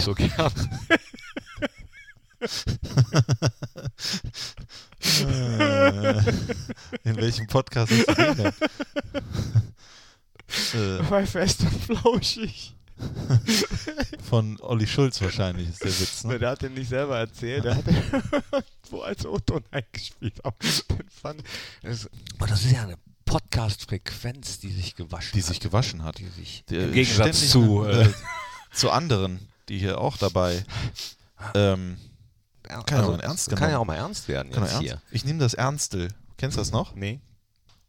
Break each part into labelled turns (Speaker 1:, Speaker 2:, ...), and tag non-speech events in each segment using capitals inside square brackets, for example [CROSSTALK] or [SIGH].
Speaker 1: so gern.
Speaker 2: Äh, In welchem Podcast ist das? äh,
Speaker 1: [LAUGHS] Bei Fest und Flauschig.
Speaker 2: von Olli Schulz wahrscheinlich ist der Witz.
Speaker 1: Ne,
Speaker 2: Ne?
Speaker 1: Der hat den nicht selber erzählt, der hat wo als O-Ton eingespielt. Aber den fand das, und das ist ja eine Podcast-Frequenz, die sich gewaschen
Speaker 2: Die sich gewaschen hat.
Speaker 1: Die sich
Speaker 2: Die,
Speaker 1: Im
Speaker 2: äh,
Speaker 1: Gegensatz
Speaker 2: ständig,
Speaker 1: zu.
Speaker 2: äh,
Speaker 1: Äh,
Speaker 2: zu anderen, die hier auch dabei. Ähm,
Speaker 1: äh,
Speaker 2: kann ja also auch mal ernst
Speaker 1: kann
Speaker 2: genommen.
Speaker 1: ja auch mal ernst werden
Speaker 2: kann
Speaker 1: jetzt
Speaker 2: er
Speaker 1: hier.
Speaker 2: ernst? Ich nehme das Ernstel. Kennst du das noch?
Speaker 1: Nee.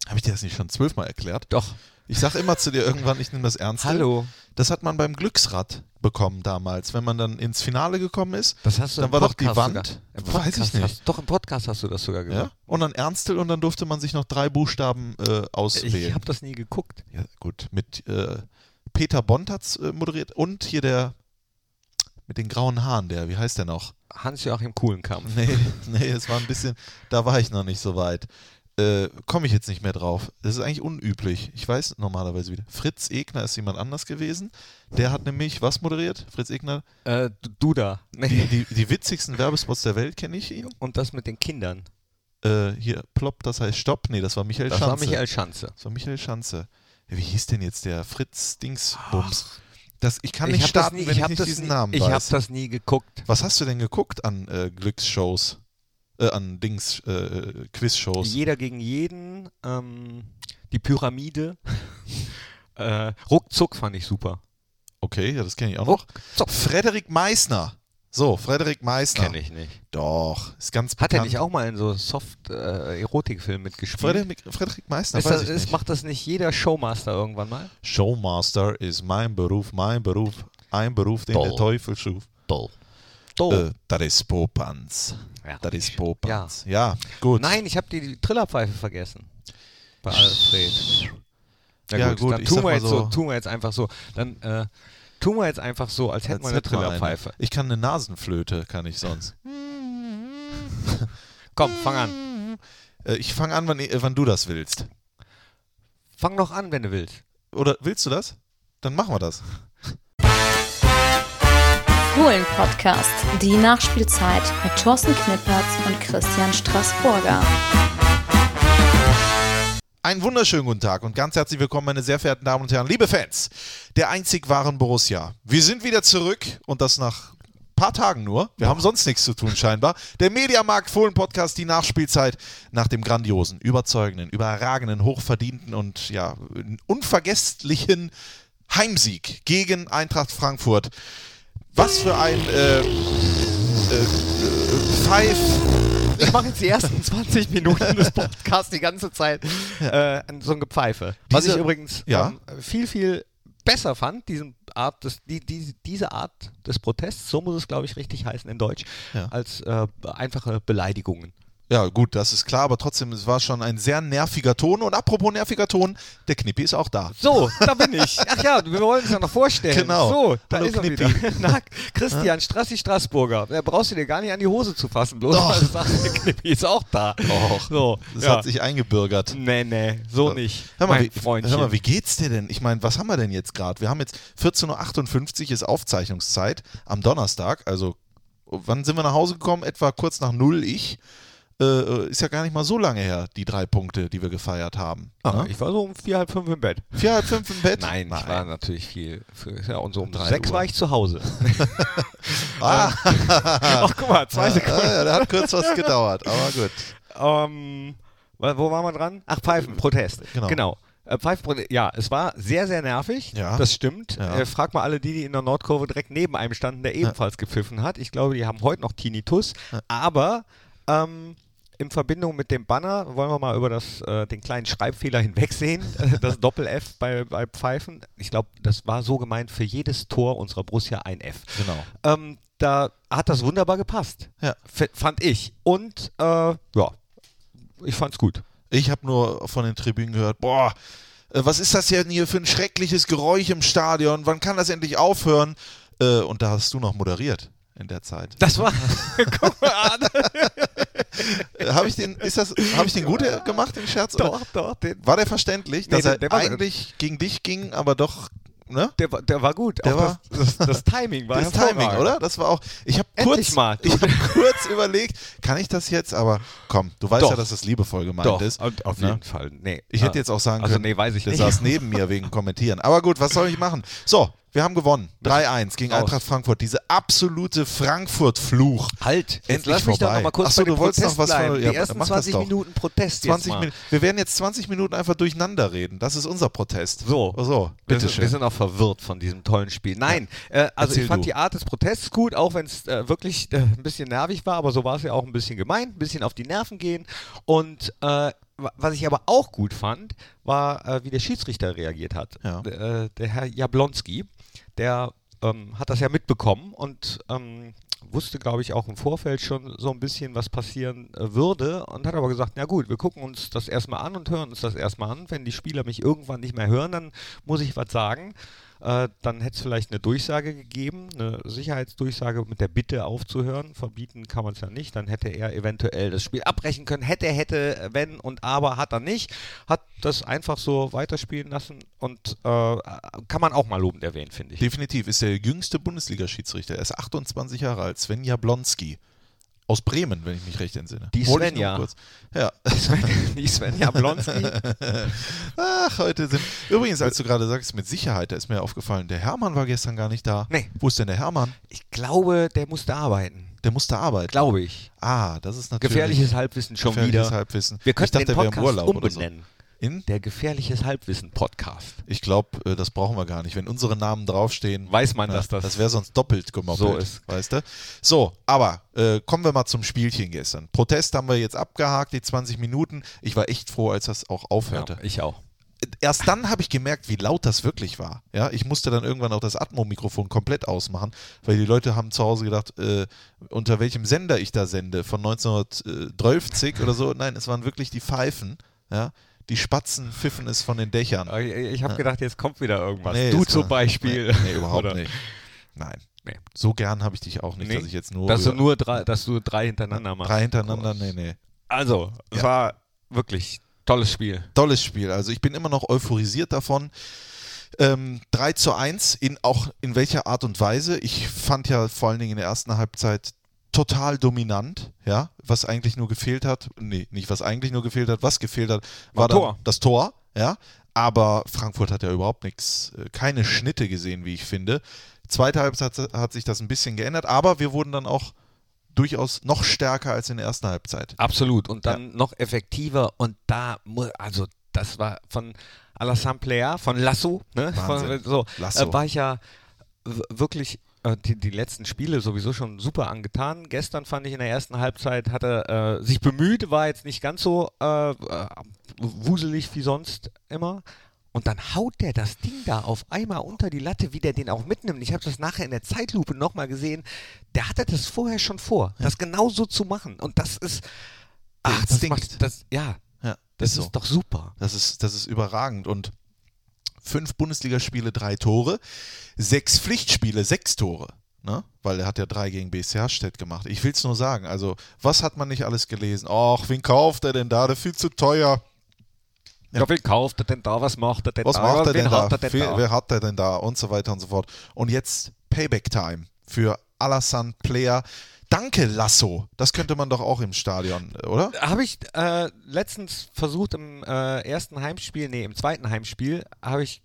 Speaker 2: Habe ich dir das nicht schon zwölfmal erklärt?
Speaker 1: Doch.
Speaker 2: Ich sage immer zu dir irgendwann, ich nehme das Ernstel.
Speaker 1: Hallo.
Speaker 2: Das hat man beim Glücksrad bekommen damals. Wenn man dann ins Finale gekommen ist,
Speaker 1: Das hast du
Speaker 2: Dann
Speaker 1: im
Speaker 2: war doch die
Speaker 1: Podcast
Speaker 2: Wand.
Speaker 1: Sogar, im
Speaker 2: Weiß
Speaker 1: Podcast
Speaker 2: ich nicht.
Speaker 1: Hast, doch, im Podcast hast du das sogar
Speaker 2: ja,
Speaker 1: gesagt.
Speaker 2: und dann Ernstel und dann durfte man sich noch drei Buchstaben äh,
Speaker 1: ich
Speaker 2: auswählen.
Speaker 1: habe das nie geguckt.
Speaker 2: Ja, gut. Mit äh, Peter Bond hat es äh, moderiert und hier der mit den grauen Haaren, der, wie heißt der noch?
Speaker 1: Hans-Joachim Kuhlenkampf.
Speaker 2: Nee, nee, es war ein bisschen, da war ich noch nicht so weit. Äh, Komme ich jetzt nicht mehr drauf. Das ist eigentlich unüblich. Ich weiß normalerweise wieder. Fritz Egner ist jemand anders gewesen. Der hat nämlich was moderiert? Fritz Egner.
Speaker 1: Äh, Duda.
Speaker 2: Die,
Speaker 1: Nee.
Speaker 2: die, die witzigsten Werbespots der Welt kenne ich ihn.
Speaker 1: Und das mit den Kindern.
Speaker 2: Äh, hier, plopp, das heißt Stopp. Nee, das war Michael
Speaker 1: Das
Speaker 2: Schanze.
Speaker 1: war Michael Schanze.
Speaker 2: Das war Michael Schanze. Ja, Wie hieß denn jetzt der Fritz Dingsbums? Das, ich kann nicht
Speaker 1: hab
Speaker 2: starten,
Speaker 1: das nie,
Speaker 2: wenn ich,
Speaker 1: hab
Speaker 2: nicht
Speaker 1: das
Speaker 2: diesen
Speaker 1: nie,
Speaker 2: Namen
Speaker 1: Ich habe
Speaker 2: weiß.
Speaker 1: das nie geguckt.
Speaker 2: Was hast du denn geguckt an äh, Glücksshows? Äh, an Dings, äh, Quizshows?
Speaker 1: Jeder gegen jeden, ähm, die Pyramide. [LAUGHS] äh, ruckzuck fand ich super.
Speaker 2: Okay, ja, das kenne ich auch
Speaker 1: Oh.
Speaker 2: noch.
Speaker 1: Ruckzuck
Speaker 2: Frederik Meissner. So, Frederik Meissner.
Speaker 1: kenne ich nicht.
Speaker 2: Doch, ist ganz
Speaker 1: Hat
Speaker 2: bekannt.
Speaker 1: er nicht auch mal in so Soft-Erotikfilmen mitgespielt?
Speaker 2: Frederik, Frederik Meissner,
Speaker 1: ist
Speaker 2: weiß
Speaker 1: das,
Speaker 2: ich
Speaker 1: ist,
Speaker 2: nicht.
Speaker 1: Macht das nicht jeder Showmaster irgendwann mal?
Speaker 2: Showmaster ist mein Beruf, mein Beruf, ein Beruf, den
Speaker 1: Toll.
Speaker 2: der Teufel schuf.
Speaker 1: Toll. Toll.
Speaker 2: Äh, das ist Popanz.
Speaker 1: ja.
Speaker 2: Äh, Das ist Popanz. Ja, gut.
Speaker 1: Nein, ich habe die, die Trillerpfeife vergessen. Bei Alfred.
Speaker 2: Ja, gut,
Speaker 1: dann
Speaker 2: ich
Speaker 1: tun
Speaker 2: sag
Speaker 1: wir
Speaker 2: mal
Speaker 1: jetzt so.
Speaker 2: so-
Speaker 1: tun wir jetzt einfach so. Dann äh, tun wir jetzt einfach so, als hätten wir eine
Speaker 2: Jetzt hätten wir
Speaker 1: Trillerpfeife.
Speaker 2: Ich kann eine Nasenflöte, kann ich sonst.
Speaker 1: Komm, fang an.
Speaker 2: Äh, ich fange an, wann, äh, wann du das willst.
Speaker 1: Fang doch an, wenn du willst.
Speaker 2: Oder willst du das? Dann machen wir das.
Speaker 3: Fohlen Podcast. Die Nachspielzeit mit Thorsten Knippertz und Christian Straßburger.
Speaker 2: Einen wunderschönen guten Tag und ganz herzlich willkommen, meine sehr verehrten Damen und Herren, liebe Fans der einzig wahren Borussia. Wir sind wieder zurück und das nach ein paar Tagen nur. Wir haben sonst nichts zu tun scheinbar. Der Mediamarkt Fohlen Podcast, die Nachspielzeit nach dem grandiosen, überzeugenden, überragenden, hochverdienten und ja, unvergesslichen Heimsieg gegen Eintracht Frankfurt. Was für ein äh, äh, äh, Pfeif
Speaker 1: Ich mache jetzt die ersten 20 Minuten des Podcasts die ganze Zeit äh, so ein Gepfeife. Was
Speaker 2: Diese-
Speaker 1: ich übrigens
Speaker 2: Ja.
Speaker 1: ähm, viel, viel besser fand, diesen Art des, die, die, diese Art des Protests, so muss es, glaube ich, richtig heißen in Deutsch,
Speaker 2: Ja.
Speaker 1: als äh, einfache Beleidigungen.
Speaker 2: Ja, gut, das ist klar, aber trotzdem, es war schon ein sehr nerviger Ton. Und apropos nerviger Ton, der Knippi ist auch da.
Speaker 1: [LAUGHS] So, da bin ich. Ach ja, wir wollen uns ja noch vorstellen.
Speaker 2: Genau.
Speaker 1: So, da
Speaker 2: Hallo,
Speaker 1: ist er
Speaker 2: Knippi.
Speaker 1: wieder. Na, Christian Strassi Straßburger. Da brauchst du dir gar nicht an die Hose zu fassen, bloß
Speaker 2: Doch.
Speaker 1: weil du sagst, der Knippi ist auch da.
Speaker 2: Doch.
Speaker 1: So,
Speaker 2: Das
Speaker 1: ja.
Speaker 2: hat sich eingebürgert.
Speaker 1: Nee, nee, so nicht.
Speaker 2: Hör mal,
Speaker 1: mein
Speaker 2: wie,
Speaker 1: Freundchen.
Speaker 2: hör mal, wie geht's dir denn? Ich meine, was haben wir denn jetzt gerade? Wir haben jetzt 14.58 Uhr ist Aufzeichnungszeit am Donnerstag. Also, wann sind wir nach Hause gekommen? Etwa kurz nach null ich. Äh, Äh, ist ja gar nicht mal so lange her, die drei Punkte, die wir gefeiert haben.
Speaker 1: Ah,
Speaker 2: ne?
Speaker 1: ich war so um vier, halb fünf im Bett.
Speaker 2: Vier, halb fünf im Bett?
Speaker 1: Nein, ich war natürlich viel. Für, ja, und so um drei
Speaker 2: Sechs
Speaker 1: Uhr.
Speaker 2: war
Speaker 1: ich zu Hause.
Speaker 2: Ah,
Speaker 1: Ach, guck mal, zwei Sekunden.
Speaker 2: [LAUGHS] ah, ja, da hat kurz was gedauert, aber gut.
Speaker 1: Ähm, wa- wo waren wir dran? Ach, Pfeifen, Protest.
Speaker 2: Genau.
Speaker 1: Äh, Pfeifenprotest. Ja, es war sehr, sehr nervig.
Speaker 2: Ja.
Speaker 1: Das stimmt.
Speaker 2: Ja.
Speaker 1: Äh, frag mal alle die, die in der Nordkurve direkt neben einem standen, der ebenfalls gepfiffen hat. Ich glaube, die haben heute noch Tinnitus. Aber ähm, in Verbindung mit dem Banner wollen wir mal über das, äh, den kleinen Schreibfehler hinwegsehen. [LAUGHS] Äh, das Doppel-F bei, bei Pfeifen. Ich glaube, das war so gemeint für jedes Tor unserer Borussia ein F.
Speaker 2: Genau.
Speaker 1: Ähm, da hat das wunderbar gepasst.
Speaker 2: Ja.
Speaker 1: F fand ich. Und äh, ja, ich fand's gut.
Speaker 2: Ich habe nur von den Tribünen gehört, boah, äh, was ist das denn hier für ein schreckliches Geräusch im Stadion? Wann kann das endlich aufhören? Äh, Und da hast du noch moderiert in der Zeit.
Speaker 1: Das [LAUGHS] war. Guck mal an.
Speaker 2: Habe Äh, ich den, ist das, habe ich den gut gemacht, den Scherz? oder?
Speaker 1: doch, doch. Den,
Speaker 2: War der verständlich,
Speaker 1: Nee,
Speaker 2: dass
Speaker 1: der-
Speaker 2: er
Speaker 1: der war-
Speaker 2: eigentlich gegen dich ging, aber doch ne?
Speaker 1: Der, war- der war gut.
Speaker 2: Der
Speaker 1: Auch
Speaker 2: war-
Speaker 1: das, das Timing war
Speaker 2: Das Timing,
Speaker 1: hervorragend.
Speaker 2: oder? Das war auch. Ich habe
Speaker 1: Endlich
Speaker 2: kurz,
Speaker 1: mal.
Speaker 2: ich hab kurz überlegt, kann ich das jetzt? Aber komm, du weißt
Speaker 1: Doch.
Speaker 2: ja, dass das liebevoll gemeint
Speaker 1: Doch,
Speaker 2: ist.
Speaker 1: auf auf
Speaker 2: ne?
Speaker 1: jeden Fall. Nee.
Speaker 2: Ich hätte jetzt auch sagen
Speaker 1: Also,
Speaker 2: können,
Speaker 1: nee, weiß ich
Speaker 2: der
Speaker 1: nicht. [LAUGHS]
Speaker 2: saß neben mir wegen Kommentieren. Aber gut, was soll ich machen? So, wir haben gewonnen. 3-1 gegen
Speaker 1: Raus.
Speaker 2: Eintracht Frankfurt. Diese absolute Frankfurt-Fluch.
Speaker 1: Halt, jetzt
Speaker 2: Endlich
Speaker 1: lass mich doch
Speaker 2: vorbei.
Speaker 1: noch mal kurz
Speaker 2: Ach so,
Speaker 1: bei dem
Speaker 2: du wolltest
Speaker 1: Protest
Speaker 2: noch was von-
Speaker 1: bleiben.
Speaker 2: ja,
Speaker 1: Die ersten
Speaker 2: mach das
Speaker 1: 20
Speaker 2: doch.
Speaker 1: Minuten Protest
Speaker 2: 20
Speaker 1: jetzt mal.
Speaker 2: Minuten. Wir werden jetzt 20 Minuten einfach durcheinander reden. Das ist unser Protest.
Speaker 1: So,
Speaker 2: so
Speaker 1: wir,
Speaker 2: bitte
Speaker 1: sind, wir
Speaker 2: schön.
Speaker 1: sind auch verwirrt von diesem tollen Spiel. Nein, äh, also
Speaker 2: Erzähl
Speaker 1: ich
Speaker 2: du.
Speaker 1: fand die Art des Protests gut, auch wenn es äh, wirklich äh, ein bisschen nervig war, aber so war es ja auch ein bisschen gemein, ein bisschen auf die Nerven gehen. Und äh, wa- was ich aber auch gut fand, war, äh, wie der Schiedsrichter reagiert hat.
Speaker 2: Ja.
Speaker 1: D- Äh, der Herr Jablonski, der ähm, hat das ja mitbekommen und ähm, wusste, glaube ich, auch im Vorfeld schon so ein bisschen, was passieren äh, würde und hat aber gesagt, na gut, wir gucken uns das erstmal an und hören uns das erstmal an. Wenn die Spieler mich irgendwann nicht mehr hören, dann muss ich was sagen. Äh, dann hätte es vielleicht eine Durchsage gegeben, eine Sicherheitsdurchsage mit der Bitte aufzuhören. Verbieten kann man es ja nicht. Dann hätte er eventuell das Spiel abbrechen können. Hätte, hätte, wenn und aber hat er nicht. Hat das einfach so weiterspielen lassen und äh, kann man auch mal lobend erwähnen, finde [LAUGHS] ich.
Speaker 2: Definitiv ist der jüngste Bundesliga-Schiedsrichter. Er ist 28 Jahre alt. Sven Jablonski. Aus Bremen, wenn ich mich recht entsinne.
Speaker 1: Die
Speaker 2: Hol ich
Speaker 1: Svenja.
Speaker 2: noch kurz. Ja. [LAUGHS]
Speaker 1: Nicht Sven Jablonski.
Speaker 2: Ach, heute sind. Übrigens, als du gerade sagst, mit Sicherheit, da ist mir aufgefallen, der Hermann war gestern gar nicht da.
Speaker 1: Nee.
Speaker 2: Wo ist denn der Hermann?
Speaker 1: Ich glaube, der musste arbeiten.
Speaker 2: Der musste arbeiten.
Speaker 1: Glaube ich.
Speaker 2: ah, das ist natürlich.
Speaker 1: Gefährliches Halbwissen schon
Speaker 2: gefährliches
Speaker 1: wieder.
Speaker 2: Halbwissen.
Speaker 1: Wir
Speaker 2: ich
Speaker 1: könnten
Speaker 2: dachte, der
Speaker 1: den
Speaker 2: wäre
Speaker 1: Podcast
Speaker 2: im Urlaub oder
Speaker 1: umbenennen.
Speaker 2: so. In?
Speaker 1: Der Gefährliches Halbwissen Podcast.
Speaker 2: Ich glaube, das brauchen wir gar nicht. Wenn unsere Namen draufstehen,
Speaker 1: Weiß man, dass das-
Speaker 2: das wäre sonst doppelt gemoppelt.
Speaker 1: So ist.
Speaker 2: Weißt du? So, aber äh, kommen wir mal zum Spielchen gestern. Protest haben wir jetzt abgehakt, die 20 Minuten. Ich war echt froh, als das auch aufhörte.
Speaker 1: Ja, ich auch.
Speaker 2: erst dann habe ich gemerkt, wie laut das wirklich war. Ja, ich musste dann irgendwann auch das Atmo-Mikrofon komplett ausmachen, weil die Leute haben zu Hause gedacht, äh, unter welchem Sender ich da sende, von 1912 oder so. Nein, es waren wirklich die Pfeifen, ja. Die Spatzen pfiffen es von den Dächern.
Speaker 1: Aber Ich, ich habe gedacht, jetzt kommt wieder irgendwas.
Speaker 2: Nee,
Speaker 1: du
Speaker 2: jetzt
Speaker 1: zum
Speaker 2: mal-
Speaker 1: Beispiel.
Speaker 2: Nee, nee überhaupt
Speaker 1: Oder-
Speaker 2: nicht. Nein.
Speaker 1: Nee.
Speaker 2: So gern habe ich dich auch nicht,
Speaker 1: Nee.
Speaker 2: dass ich jetzt nur,
Speaker 1: Dass du
Speaker 2: über-
Speaker 1: nur drei, dass du drei hintereinander machst.
Speaker 2: drei hintereinander. Nee, nee.
Speaker 1: Also, es war wirklich tolles Spiel.
Speaker 2: Tolles Spiel. Also ich bin immer noch euphorisiert davon. Ähm, 3 zu 1, in, auch in welcher Art und Weise. Ich fand ja vor allen Dingen in der ersten Halbzeit total dominant, ja, was eigentlich nur gefehlt hat, nee, nicht was eigentlich nur gefehlt hat, was gefehlt hat, war,
Speaker 1: War
Speaker 2: dann
Speaker 1: Tor.
Speaker 2: das Tor, ja, aber Frankfurt hat ja überhaupt nichts, äh, keine Schnitte gesehen, wie ich finde. Zweite Halbzeit hat, hat sich das ein bisschen geändert, aber wir wurden dann auch durchaus noch stärker als in der ersten Halbzeit.
Speaker 1: Absolut. Und dann noch effektiver. Und da, mu- also, das war von Alassane Player, von Lasso. Ne?
Speaker 2: Wahnsinn.
Speaker 1: Von, so,
Speaker 2: Lasso.
Speaker 1: Äh, war ich ja w- wirklich äh, die, die letzten Spiele sowieso schon super angetan. Gestern fand ich in der ersten Halbzeit, hat er äh, sich bemüht, war jetzt nicht ganz so äh, äh, wuselig wie sonst immer. Und dann haut der das Ding da auf einmal unter die Latte, wie der den auch mitnimmt. Ich habe das nachher in der Zeitlupe nochmal gesehen. Der hatte das vorher schon vor, das genau so zu machen. Und das ist. Ach, das
Speaker 2: Instinkt.
Speaker 1: macht, das, ja,
Speaker 2: Ja,
Speaker 1: das
Speaker 2: so.
Speaker 1: ist doch super.
Speaker 2: Das ist, das ist überragend. Und fünf Bundesligaspiele, drei Tore, sechs Pflichtspiele, sechs Tore. Ne? Weil er hat ja drei gegen BC Harstedt gemacht. Ich will es nur sagen. Also, was hat man nicht alles gelesen? Ach, wen kauft er denn da? Der ist viel zu teuer. Ja.
Speaker 1: Ja. wen kauft er denn da? Was macht er denn
Speaker 2: Was
Speaker 1: da?
Speaker 2: macht er
Speaker 1: Wen
Speaker 2: denn da?
Speaker 1: hat er denn
Speaker 2: Wer-
Speaker 1: da?
Speaker 2: Wer hat er denn da? Und so weiter und so fort. Und jetzt Payback-Time für Alassane Player. Danke, Lasso. Das könnte man doch auch im Stadion, oder?
Speaker 1: habe ich äh, letztens versucht im äh, ersten Heimspiel, nee, im zweiten Heimspiel, habe ich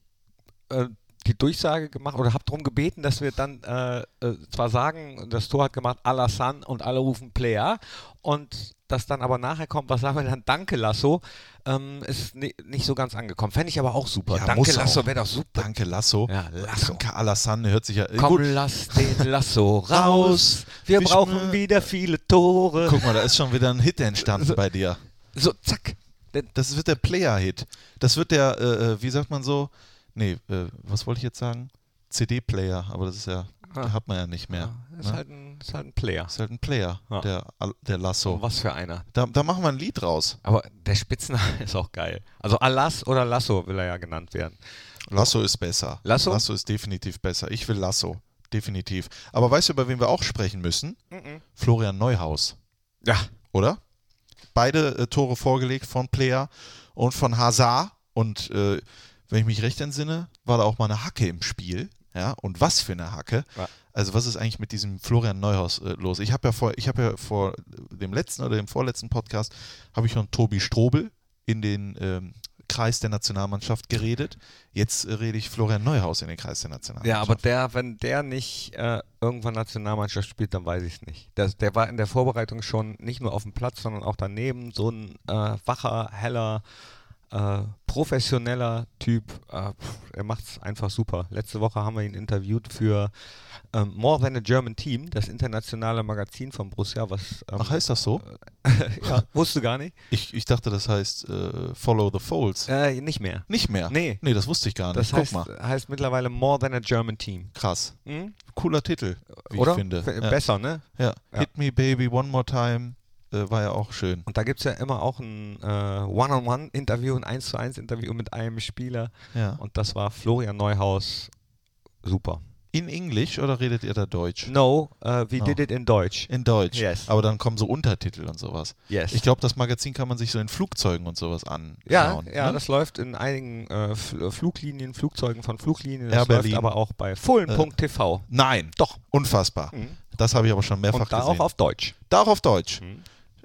Speaker 1: äh, die Durchsage gemacht oder habe darum gebeten, dass wir dann äh, äh, zwar sagen, das Tor hat gemacht Alassane und alle rufen Player und dass dann aber nachher kommt, was sagen wir dann, danke Lasso, ähm, ist ni nicht so ganz angekommen. Fände ich aber auch super.
Speaker 2: Ja,
Speaker 1: danke
Speaker 2: muss
Speaker 1: Lasso
Speaker 2: auch.
Speaker 1: wäre doch super.
Speaker 2: Danke, Lasso.
Speaker 1: Ja, Lasso.
Speaker 2: Danke, Alassane. Hört sich ja.
Speaker 1: Komm, lass
Speaker 2: [LAUGHS]
Speaker 1: den Lasso raus. Wir
Speaker 2: Fisch-
Speaker 1: brauchen wieder viele Tore.
Speaker 2: Guck mal, da ist schon wieder ein Hit entstanden bei dir.
Speaker 1: So, zack. Den-
Speaker 2: Das wird der Player-Hit. Das wird der, äh, äh, wie sagt man so? Nee, äh, was wollte ich jetzt sagen? CD-Player, aber das ist ja,
Speaker 1: Ah.
Speaker 2: hat man ja nicht mehr.
Speaker 1: Ist,
Speaker 2: ne?
Speaker 1: halt ein, ist halt ein Player.
Speaker 2: ist halt ein Player,
Speaker 1: Ja.
Speaker 2: der, der Lasso.
Speaker 1: Was für einer.
Speaker 2: Da, da machen wir ein Lied raus.
Speaker 1: Aber der Spitzname [LAUGHS] ist auch geil. Also Alas oder Lasso will er ja genannt werden.
Speaker 2: Lasso ist besser.
Speaker 1: Lasso?
Speaker 2: Lasso ist definitiv besser. Ich will Lasso. Definitiv. Aber weißt du, über wen wir auch sprechen müssen? Florian Neuhaus.
Speaker 1: Ja.
Speaker 2: oder? Beide äh, Tore vorgelegt von Player und von Hazard. Und äh, wenn ich mich recht entsinne, war da auch mal eine Hacke im Spiel. Ja, und was für eine Hacke.
Speaker 1: Ja.
Speaker 2: Also was ist eigentlich mit diesem Florian Neuhaus äh, los? Ich habe ja vor, ich habe ja vor dem letzten oder dem vorletzten Podcast habe ich von Tobi Strobel in den ähm, Kreis der Nationalmannschaft geredet. Jetzt äh, rede ich Florian Neuhaus in den Kreis der Nationalmannschaft.
Speaker 1: Ja, aber der, wenn der nicht äh, irgendwann Nationalmannschaft spielt, dann weiß ich es nicht. Der, der war in der Vorbereitung schon nicht nur auf dem Platz, sondern auch daneben so ein äh, wacher, heller, äh, professioneller Typ. Äh, pff, er macht es einfach super. Letzte Woche haben wir ihn interviewt für ähm, More Than a German Team, das internationale Magazin von Borussia, was ähm,
Speaker 2: Ach, heißt das so?
Speaker 1: ja, wusste gar nicht.
Speaker 2: Ich, ich dachte, das heißt äh, Follow the Folds.
Speaker 1: Äh, nicht mehr.
Speaker 2: Nicht mehr.
Speaker 1: Nee.
Speaker 2: Nee, das wusste ich gar nicht.
Speaker 1: Das
Speaker 2: Guck
Speaker 1: heißt, äh,
Speaker 2: mal.
Speaker 1: heißt mittlerweile More Than a German Team.
Speaker 2: Krass.
Speaker 1: Hm?
Speaker 2: Cooler Titel, wie
Speaker 1: Oder?
Speaker 2: ich finde.
Speaker 1: F-
Speaker 2: Ja.
Speaker 1: Besser, ne?
Speaker 2: Ja.
Speaker 1: Ja.
Speaker 2: Hit Me Baby One More Time äh, war ja auch schön.
Speaker 1: Und da gibt es ja immer auch ein äh, One-on-One-Interview, ein 1 zu 1 Interview mit einem Spieler.
Speaker 2: Ja.
Speaker 1: Und das war Florian Neuhaus. Super.
Speaker 2: In Englisch oder redet ihr da Deutsch?
Speaker 1: No, uh, we
Speaker 2: Oh.
Speaker 1: did it in Deutsch.
Speaker 2: In Deutsch.
Speaker 1: Yes.
Speaker 2: Aber dann kommen so Untertitel und sowas.
Speaker 1: Yes.
Speaker 2: Ich glaube, das Magazin kann man sich so in Flugzeugen und sowas anschauen.
Speaker 1: ja, ja,
Speaker 2: ne?
Speaker 1: das läuft in einigen äh, Fl- Fluglinien, Flugzeugen von Fluglinien.
Speaker 2: Ja,
Speaker 1: Das läuft
Speaker 2: Berlin.
Speaker 1: aber auch bei Fohlen.tv.
Speaker 2: Nein.
Speaker 1: Doch. Mhm.
Speaker 2: Unfassbar. Das habe ich aber schon mehrfach
Speaker 1: Und da auch Mhm.
Speaker 2: gesehen.
Speaker 1: auf Deutsch.
Speaker 2: Darauf Deutsch.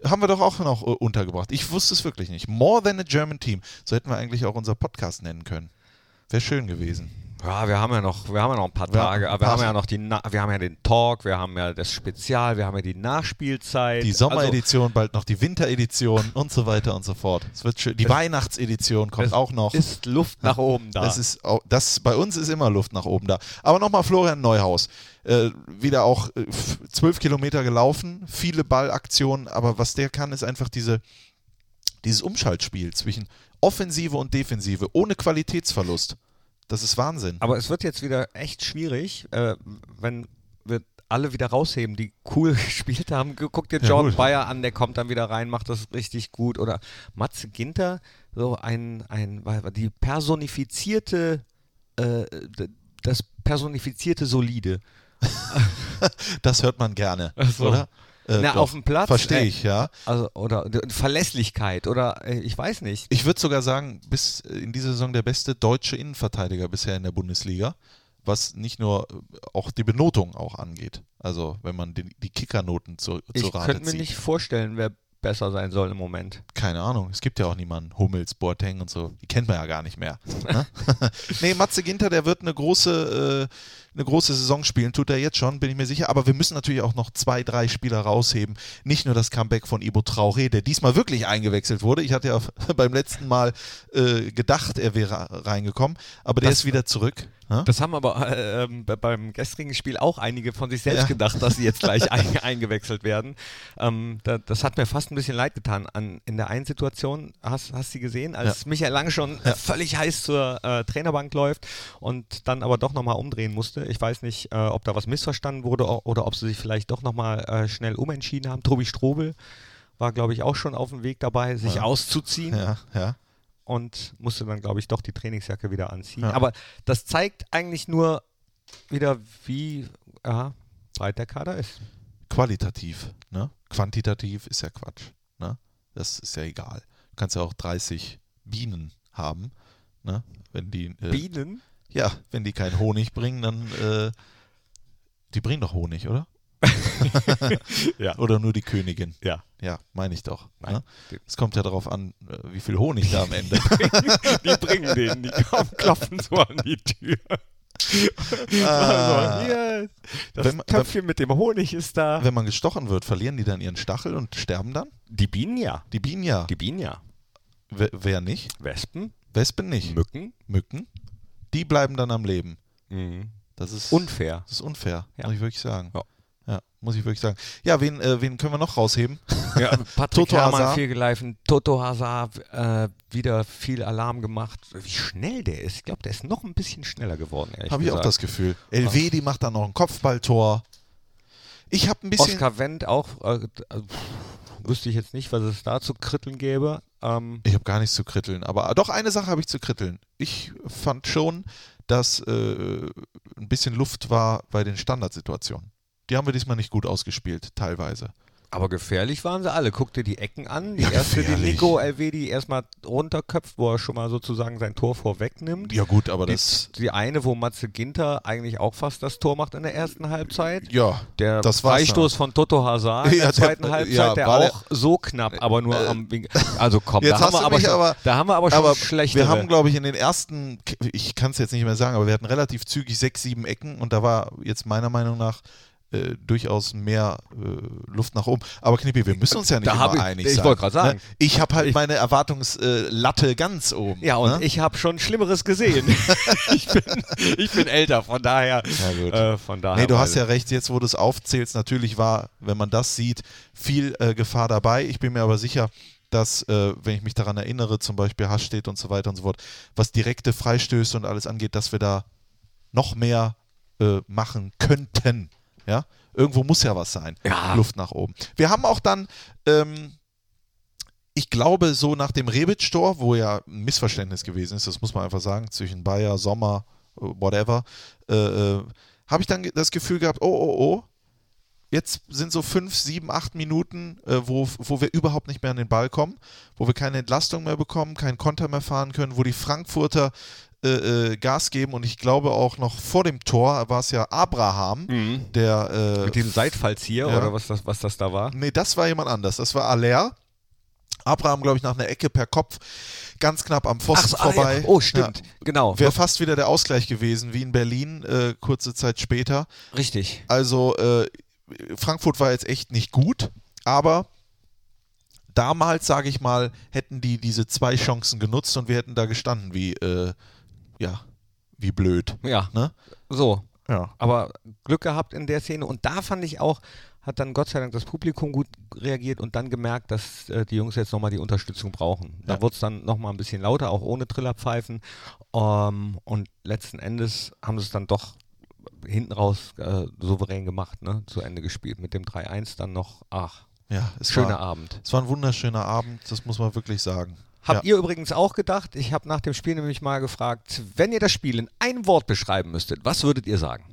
Speaker 2: Haben wir doch auch noch äh, untergebracht. Ich wusste es wirklich nicht. More than a German team. So hätten wir eigentlich auch unser Podcast nennen können. Wäre schön gewesen.
Speaker 1: Ja, wir haben ja noch, wir haben ja noch ein paar
Speaker 2: Wir haben
Speaker 1: Tage,
Speaker 2: ein
Speaker 1: aber wir
Speaker 2: paar-
Speaker 1: haben ja noch die, Na wir haben ja den Talk, wir haben ja das Spezial, wir haben ja die Nachspielzeit.
Speaker 2: Die
Speaker 1: Also,
Speaker 2: Sommeredition, bald noch die Winteredition und so weiter und so fort. Es wird schön. Die Weihnachtsedition kommt
Speaker 1: es
Speaker 2: auch noch.
Speaker 1: Also Ist Luft nach oben da.
Speaker 2: Das ist auch, das, bei uns ist immer Luft nach oben da. Aber nochmal Florian Neuhaus. Äh, wieder auch äh, f- zwölf Kilometer gelaufen, viele Ballaktionen, aber was der kann, ist einfach diese, dieses Umschaltspiel zwischen Offensive und Defensive ohne Qualitätsverlust. Das ist Wahnsinn.
Speaker 1: Aber es wird jetzt wieder echt schwierig, äh, wenn wir alle wieder rausheben, die cool [LAUGHS] gespielt haben. Gu- Guck dir
Speaker 2: Ja,
Speaker 1: Jordan
Speaker 2: gut.
Speaker 1: Bayer an, der kommt dann wieder rein, macht das richtig gut. Oder Matze Ginter, so ein, ein die personifizierte, äh, d- das personifizierte Solide.
Speaker 2: Das hört man gerne,
Speaker 1: so.
Speaker 2: oder? Äh,
Speaker 1: Na,
Speaker 2: doch.
Speaker 1: auf dem Platz,
Speaker 2: Verstehe
Speaker 1: ey.
Speaker 2: ich, ja.
Speaker 1: Also, oder d- Verlässlichkeit oder äh, ich weiß nicht.
Speaker 2: Ich würde sogar sagen, bis äh, in dieser Saison der beste deutsche Innenverteidiger bisher in der Bundesliga, was nicht nur äh, auch die Benotung auch angeht. Also wenn man die, die Kickernoten zu, zu
Speaker 1: Ich
Speaker 2: Rate
Speaker 1: könnte mir
Speaker 2: zieht.
Speaker 1: nicht vorstellen, wer besser sein soll im Moment.
Speaker 2: Keine Ahnung, es gibt ja auch niemanden, Hummels, Boateng und so, die kennt man ja gar nicht mehr. Ne? [LAUGHS] nee, Matze Ginter, der wird eine große, äh, eine große Saison spielen, tut er jetzt schon, bin ich mir sicher. Aber wir müssen natürlich auch noch zwei, drei Spieler rausheben. Nicht nur das Comeback von Ibo Traoré, der diesmal wirklich eingewechselt wurde. Ich hatte ja [LAUGHS] beim letzten Mal äh, gedacht, er wäre reingekommen, aber der
Speaker 1: Das-
Speaker 2: ist wieder zurück. Ne?
Speaker 1: Das haben aber äh, ähm, be- beim gestrigen Spiel auch einige von sich selbst
Speaker 2: Ja.
Speaker 1: gedacht, dass sie
Speaker 2: [LAUGHS]
Speaker 1: jetzt gleich ein, eingewechselt werden. Ähm, da, das hat mir fast ein bisschen leid getan. An, in der einen Situation, hast, hast du sie gesehen, als Michael Lang schon äh, völlig heiß zur äh, Trainerbank läuft und dann aber doch nochmal umdrehen musste. Ich weiß nicht, äh, ob da was missverstanden wurde o- oder ob sie sich vielleicht doch nochmal äh, schnell umentschieden haben. Tobi Strobel war, glaube ich, auch schon auf dem Weg dabei, sich
Speaker 2: Ja.
Speaker 1: auszuziehen
Speaker 2: Ja, ja.
Speaker 1: und musste dann, glaube ich, doch die Trainingsjacke wieder anziehen.
Speaker 2: Ja.
Speaker 1: Aber das zeigt eigentlich nur wieder, wie ja, breit der Kader ist.
Speaker 2: qualitativ. Ne? Quantitativ ist ja Quatsch. Ne? Das ist ja egal. Du kannst ja auch 30 Bienen haben. Ne? Wenn die, äh,
Speaker 1: Bienen?
Speaker 2: Ja, wenn die keinen Honig bringen, dann. Äh, die bringen doch Honig, oder?
Speaker 1: [LAUGHS] Ja.
Speaker 2: Oder nur die Königin.
Speaker 1: Ja.
Speaker 2: Ja, meine ich doch.
Speaker 1: Nein.
Speaker 2: Ne? Es kommt ja darauf an, äh, wie viel Honig da am
Speaker 1: [LAUGHS]
Speaker 2: Ende.
Speaker 1: Die bringen den, [LAUGHS] die kommen, klopfen so an die Tür.
Speaker 2: Ah.
Speaker 1: So, hier, das
Speaker 2: Wenn man-
Speaker 1: Töpfchen mit dem Honig ist da.
Speaker 2: Ah. wenn man gestochen wird, verlieren die dann ihren Stachel und sterben dann?
Speaker 1: Die Bienen ja.
Speaker 2: Die Bienen ja.
Speaker 1: Die Bienen ja.
Speaker 2: Wer- Wer nicht?
Speaker 1: Wespen,
Speaker 2: Wespen nicht.
Speaker 1: Mücken.
Speaker 2: Mücken. Die bleiben dann am Leben.
Speaker 1: Mhm.
Speaker 2: Das ist.
Speaker 1: Unfair.
Speaker 2: Das ist unfair,
Speaker 1: Ja.
Speaker 2: muss ich wirklich sagen.
Speaker 1: Ja.
Speaker 2: Ja, muss ich wirklich sagen. Ja, wen, äh, wen können wir noch rausheben?
Speaker 1: Ja, [LAUGHS] Patrick
Speaker 2: Toto
Speaker 1: Herrmann
Speaker 2: Hazard.
Speaker 1: viel gelaufen, Toto Hazard äh, wieder viel Alarm gemacht. Wie schnell der ist. Ich glaube, der ist noch ein bisschen schneller geworden. ehrlich
Speaker 2: Habe ich auch
Speaker 1: gesagt.
Speaker 2: das Gefühl. LW, die macht dann noch ein Kopfballtor. Ich habe ein bisschen.
Speaker 1: Oscar Wendt auch, äh, d- äh, pff, wüsste ich jetzt nicht, was es da zu kritteln gäbe. Ähm,
Speaker 2: Ich habe gar nichts zu kritteln, aber doch eine Sache habe ich zu kritteln. Ich fand schon, dass äh, ein bisschen Luft war bei den Standardsituationen. Die haben wir diesmal nicht gut ausgespielt, teilweise.
Speaker 1: Aber gefährlich waren sie alle. Guck dir die Ecken an. Die erste, die
Speaker 2: gefährlich.
Speaker 1: Nico Elvedi erstmal runterköpft, wo er schon mal sozusagen sein Tor vorwegnimmt.
Speaker 2: Ja, gut, aber das.
Speaker 1: Die eine, wo Matze Ginter eigentlich auch fast das Tor macht in der ersten Halbzeit.
Speaker 2: Ja,
Speaker 1: Der
Speaker 2: das war's
Speaker 1: Freistoß von Toto Hazard
Speaker 2: Ja,
Speaker 1: in der
Speaker 2: der-
Speaker 1: zweiten
Speaker 2: ja,
Speaker 1: Halbzeit, der
Speaker 2: war der- Äh,
Speaker 1: auch so knapp, aber nur am Wink- Also komm,
Speaker 2: Jetzt
Speaker 1: da, haben
Speaker 2: hast
Speaker 1: wir
Speaker 2: du
Speaker 1: aber
Speaker 2: mich
Speaker 1: schon,
Speaker 2: aber-
Speaker 1: da haben wir aber schon
Speaker 2: aber
Speaker 1: schlechtere.
Speaker 2: wir haben, glaube ich, in den ersten, ich kann es jetzt nicht mehr sagen, aber wir hatten relativ zügig sechs, sieben Ecken und da war jetzt meiner Meinung nach äh, durchaus mehr äh, Luft nach oben. Aber Knippi, wir müssen uns ja nicht
Speaker 1: Da hab
Speaker 2: immer
Speaker 1: ich-
Speaker 2: einig
Speaker 1: ich
Speaker 2: sein.
Speaker 1: wollte gerade sagen.
Speaker 2: Ne? Ich habe halt
Speaker 1: Ich-
Speaker 2: meine Erwartungslatte ganz oben.
Speaker 1: ja, und
Speaker 2: ne?
Speaker 1: ich habe schon Schlimmeres gesehen.
Speaker 2: [LAUGHS]
Speaker 1: ich, bin, ich bin älter, von daher.
Speaker 2: Ja, gut.
Speaker 1: Äh, von daher
Speaker 2: Nee, du hast
Speaker 1: weil-
Speaker 2: ja recht, jetzt wo du es aufzählst, natürlich war, wenn man das sieht, viel äh, Gefahr dabei. Ich bin mir aber sicher, dass, äh, wenn ich mich daran erinnere, zum Beispiel Hass steht und so weiter und so fort, was direkte Freistöße und alles angeht, dass wir da noch mehr äh, machen könnten. Ja, irgendwo muss ja was sein.
Speaker 1: Ja.
Speaker 2: Luft nach oben. Wir haben auch dann, ähm, ich glaube, so nach dem Rebic-Tor, wo ja ein Missverständnis gewesen ist, das muss man einfach sagen, zwischen Bayer, Sommer, äh, whatever, äh, äh, habe ich dann ge- das Gefühl gehabt, oh, oh, oh, jetzt sind so fünf, sieben, acht Minuten, äh, wo, wo wir überhaupt nicht mehr an den Ball kommen, wo wir keine Entlastung mehr bekommen, keinen Konter mehr fahren können, wo die Frankfurter äh, äh, Gas geben und ich glaube auch noch vor dem Tor war es ja Abraham,
Speaker 1: Mhm.
Speaker 2: der äh,
Speaker 1: Mit diesem Seitfallzieher
Speaker 2: Ja.
Speaker 1: oder was das, was das da war.
Speaker 2: Nee, das war jemand anders. Das war Aller. Abraham, glaube ich, nach einer Ecke per Kopf ganz knapp am Pfosten
Speaker 1: ah, ja.
Speaker 2: vorbei.
Speaker 1: Oh, stimmt. Genau.
Speaker 2: Wäre fast wieder der Ausgleich gewesen, wie in Berlin äh, kurze Zeit später.
Speaker 1: Richtig.
Speaker 2: Also äh, Frankfurt war jetzt echt nicht gut, aber damals, sage ich mal, hätten die diese zwei Chancen genutzt und wir hätten da gestanden wie, äh, ja, wie blöd.
Speaker 1: Ja,
Speaker 2: Ne?
Speaker 1: so.
Speaker 2: Ja.
Speaker 1: aber Glück gehabt in der Szene. Und da fand ich auch, hat dann Gott sei Dank das Publikum gut reagiert und dann gemerkt, dass äh, die Jungs jetzt nochmal die Unterstützung brauchen. Da
Speaker 2: Ja.
Speaker 1: wurde es dann nochmal ein bisschen lauter, auch ohne Trillerpfeifen. Ähm, und letzten Endes haben sie es dann doch hinten raus äh, souverän gemacht, ne? zu Ende gespielt. Mit dem 3-1 dann noch, ach,
Speaker 2: Ja, es
Speaker 1: schöner
Speaker 2: war,
Speaker 1: Abend.
Speaker 2: Es war ein wunderschöner Abend, das muss man wirklich sagen.
Speaker 1: Habt ihr übrigens auch gedacht, ich habe nach dem Spiel nämlich mal gefragt, wenn ihr das Spiel in ein Wort beschreiben müsstet, was würdet ihr sagen?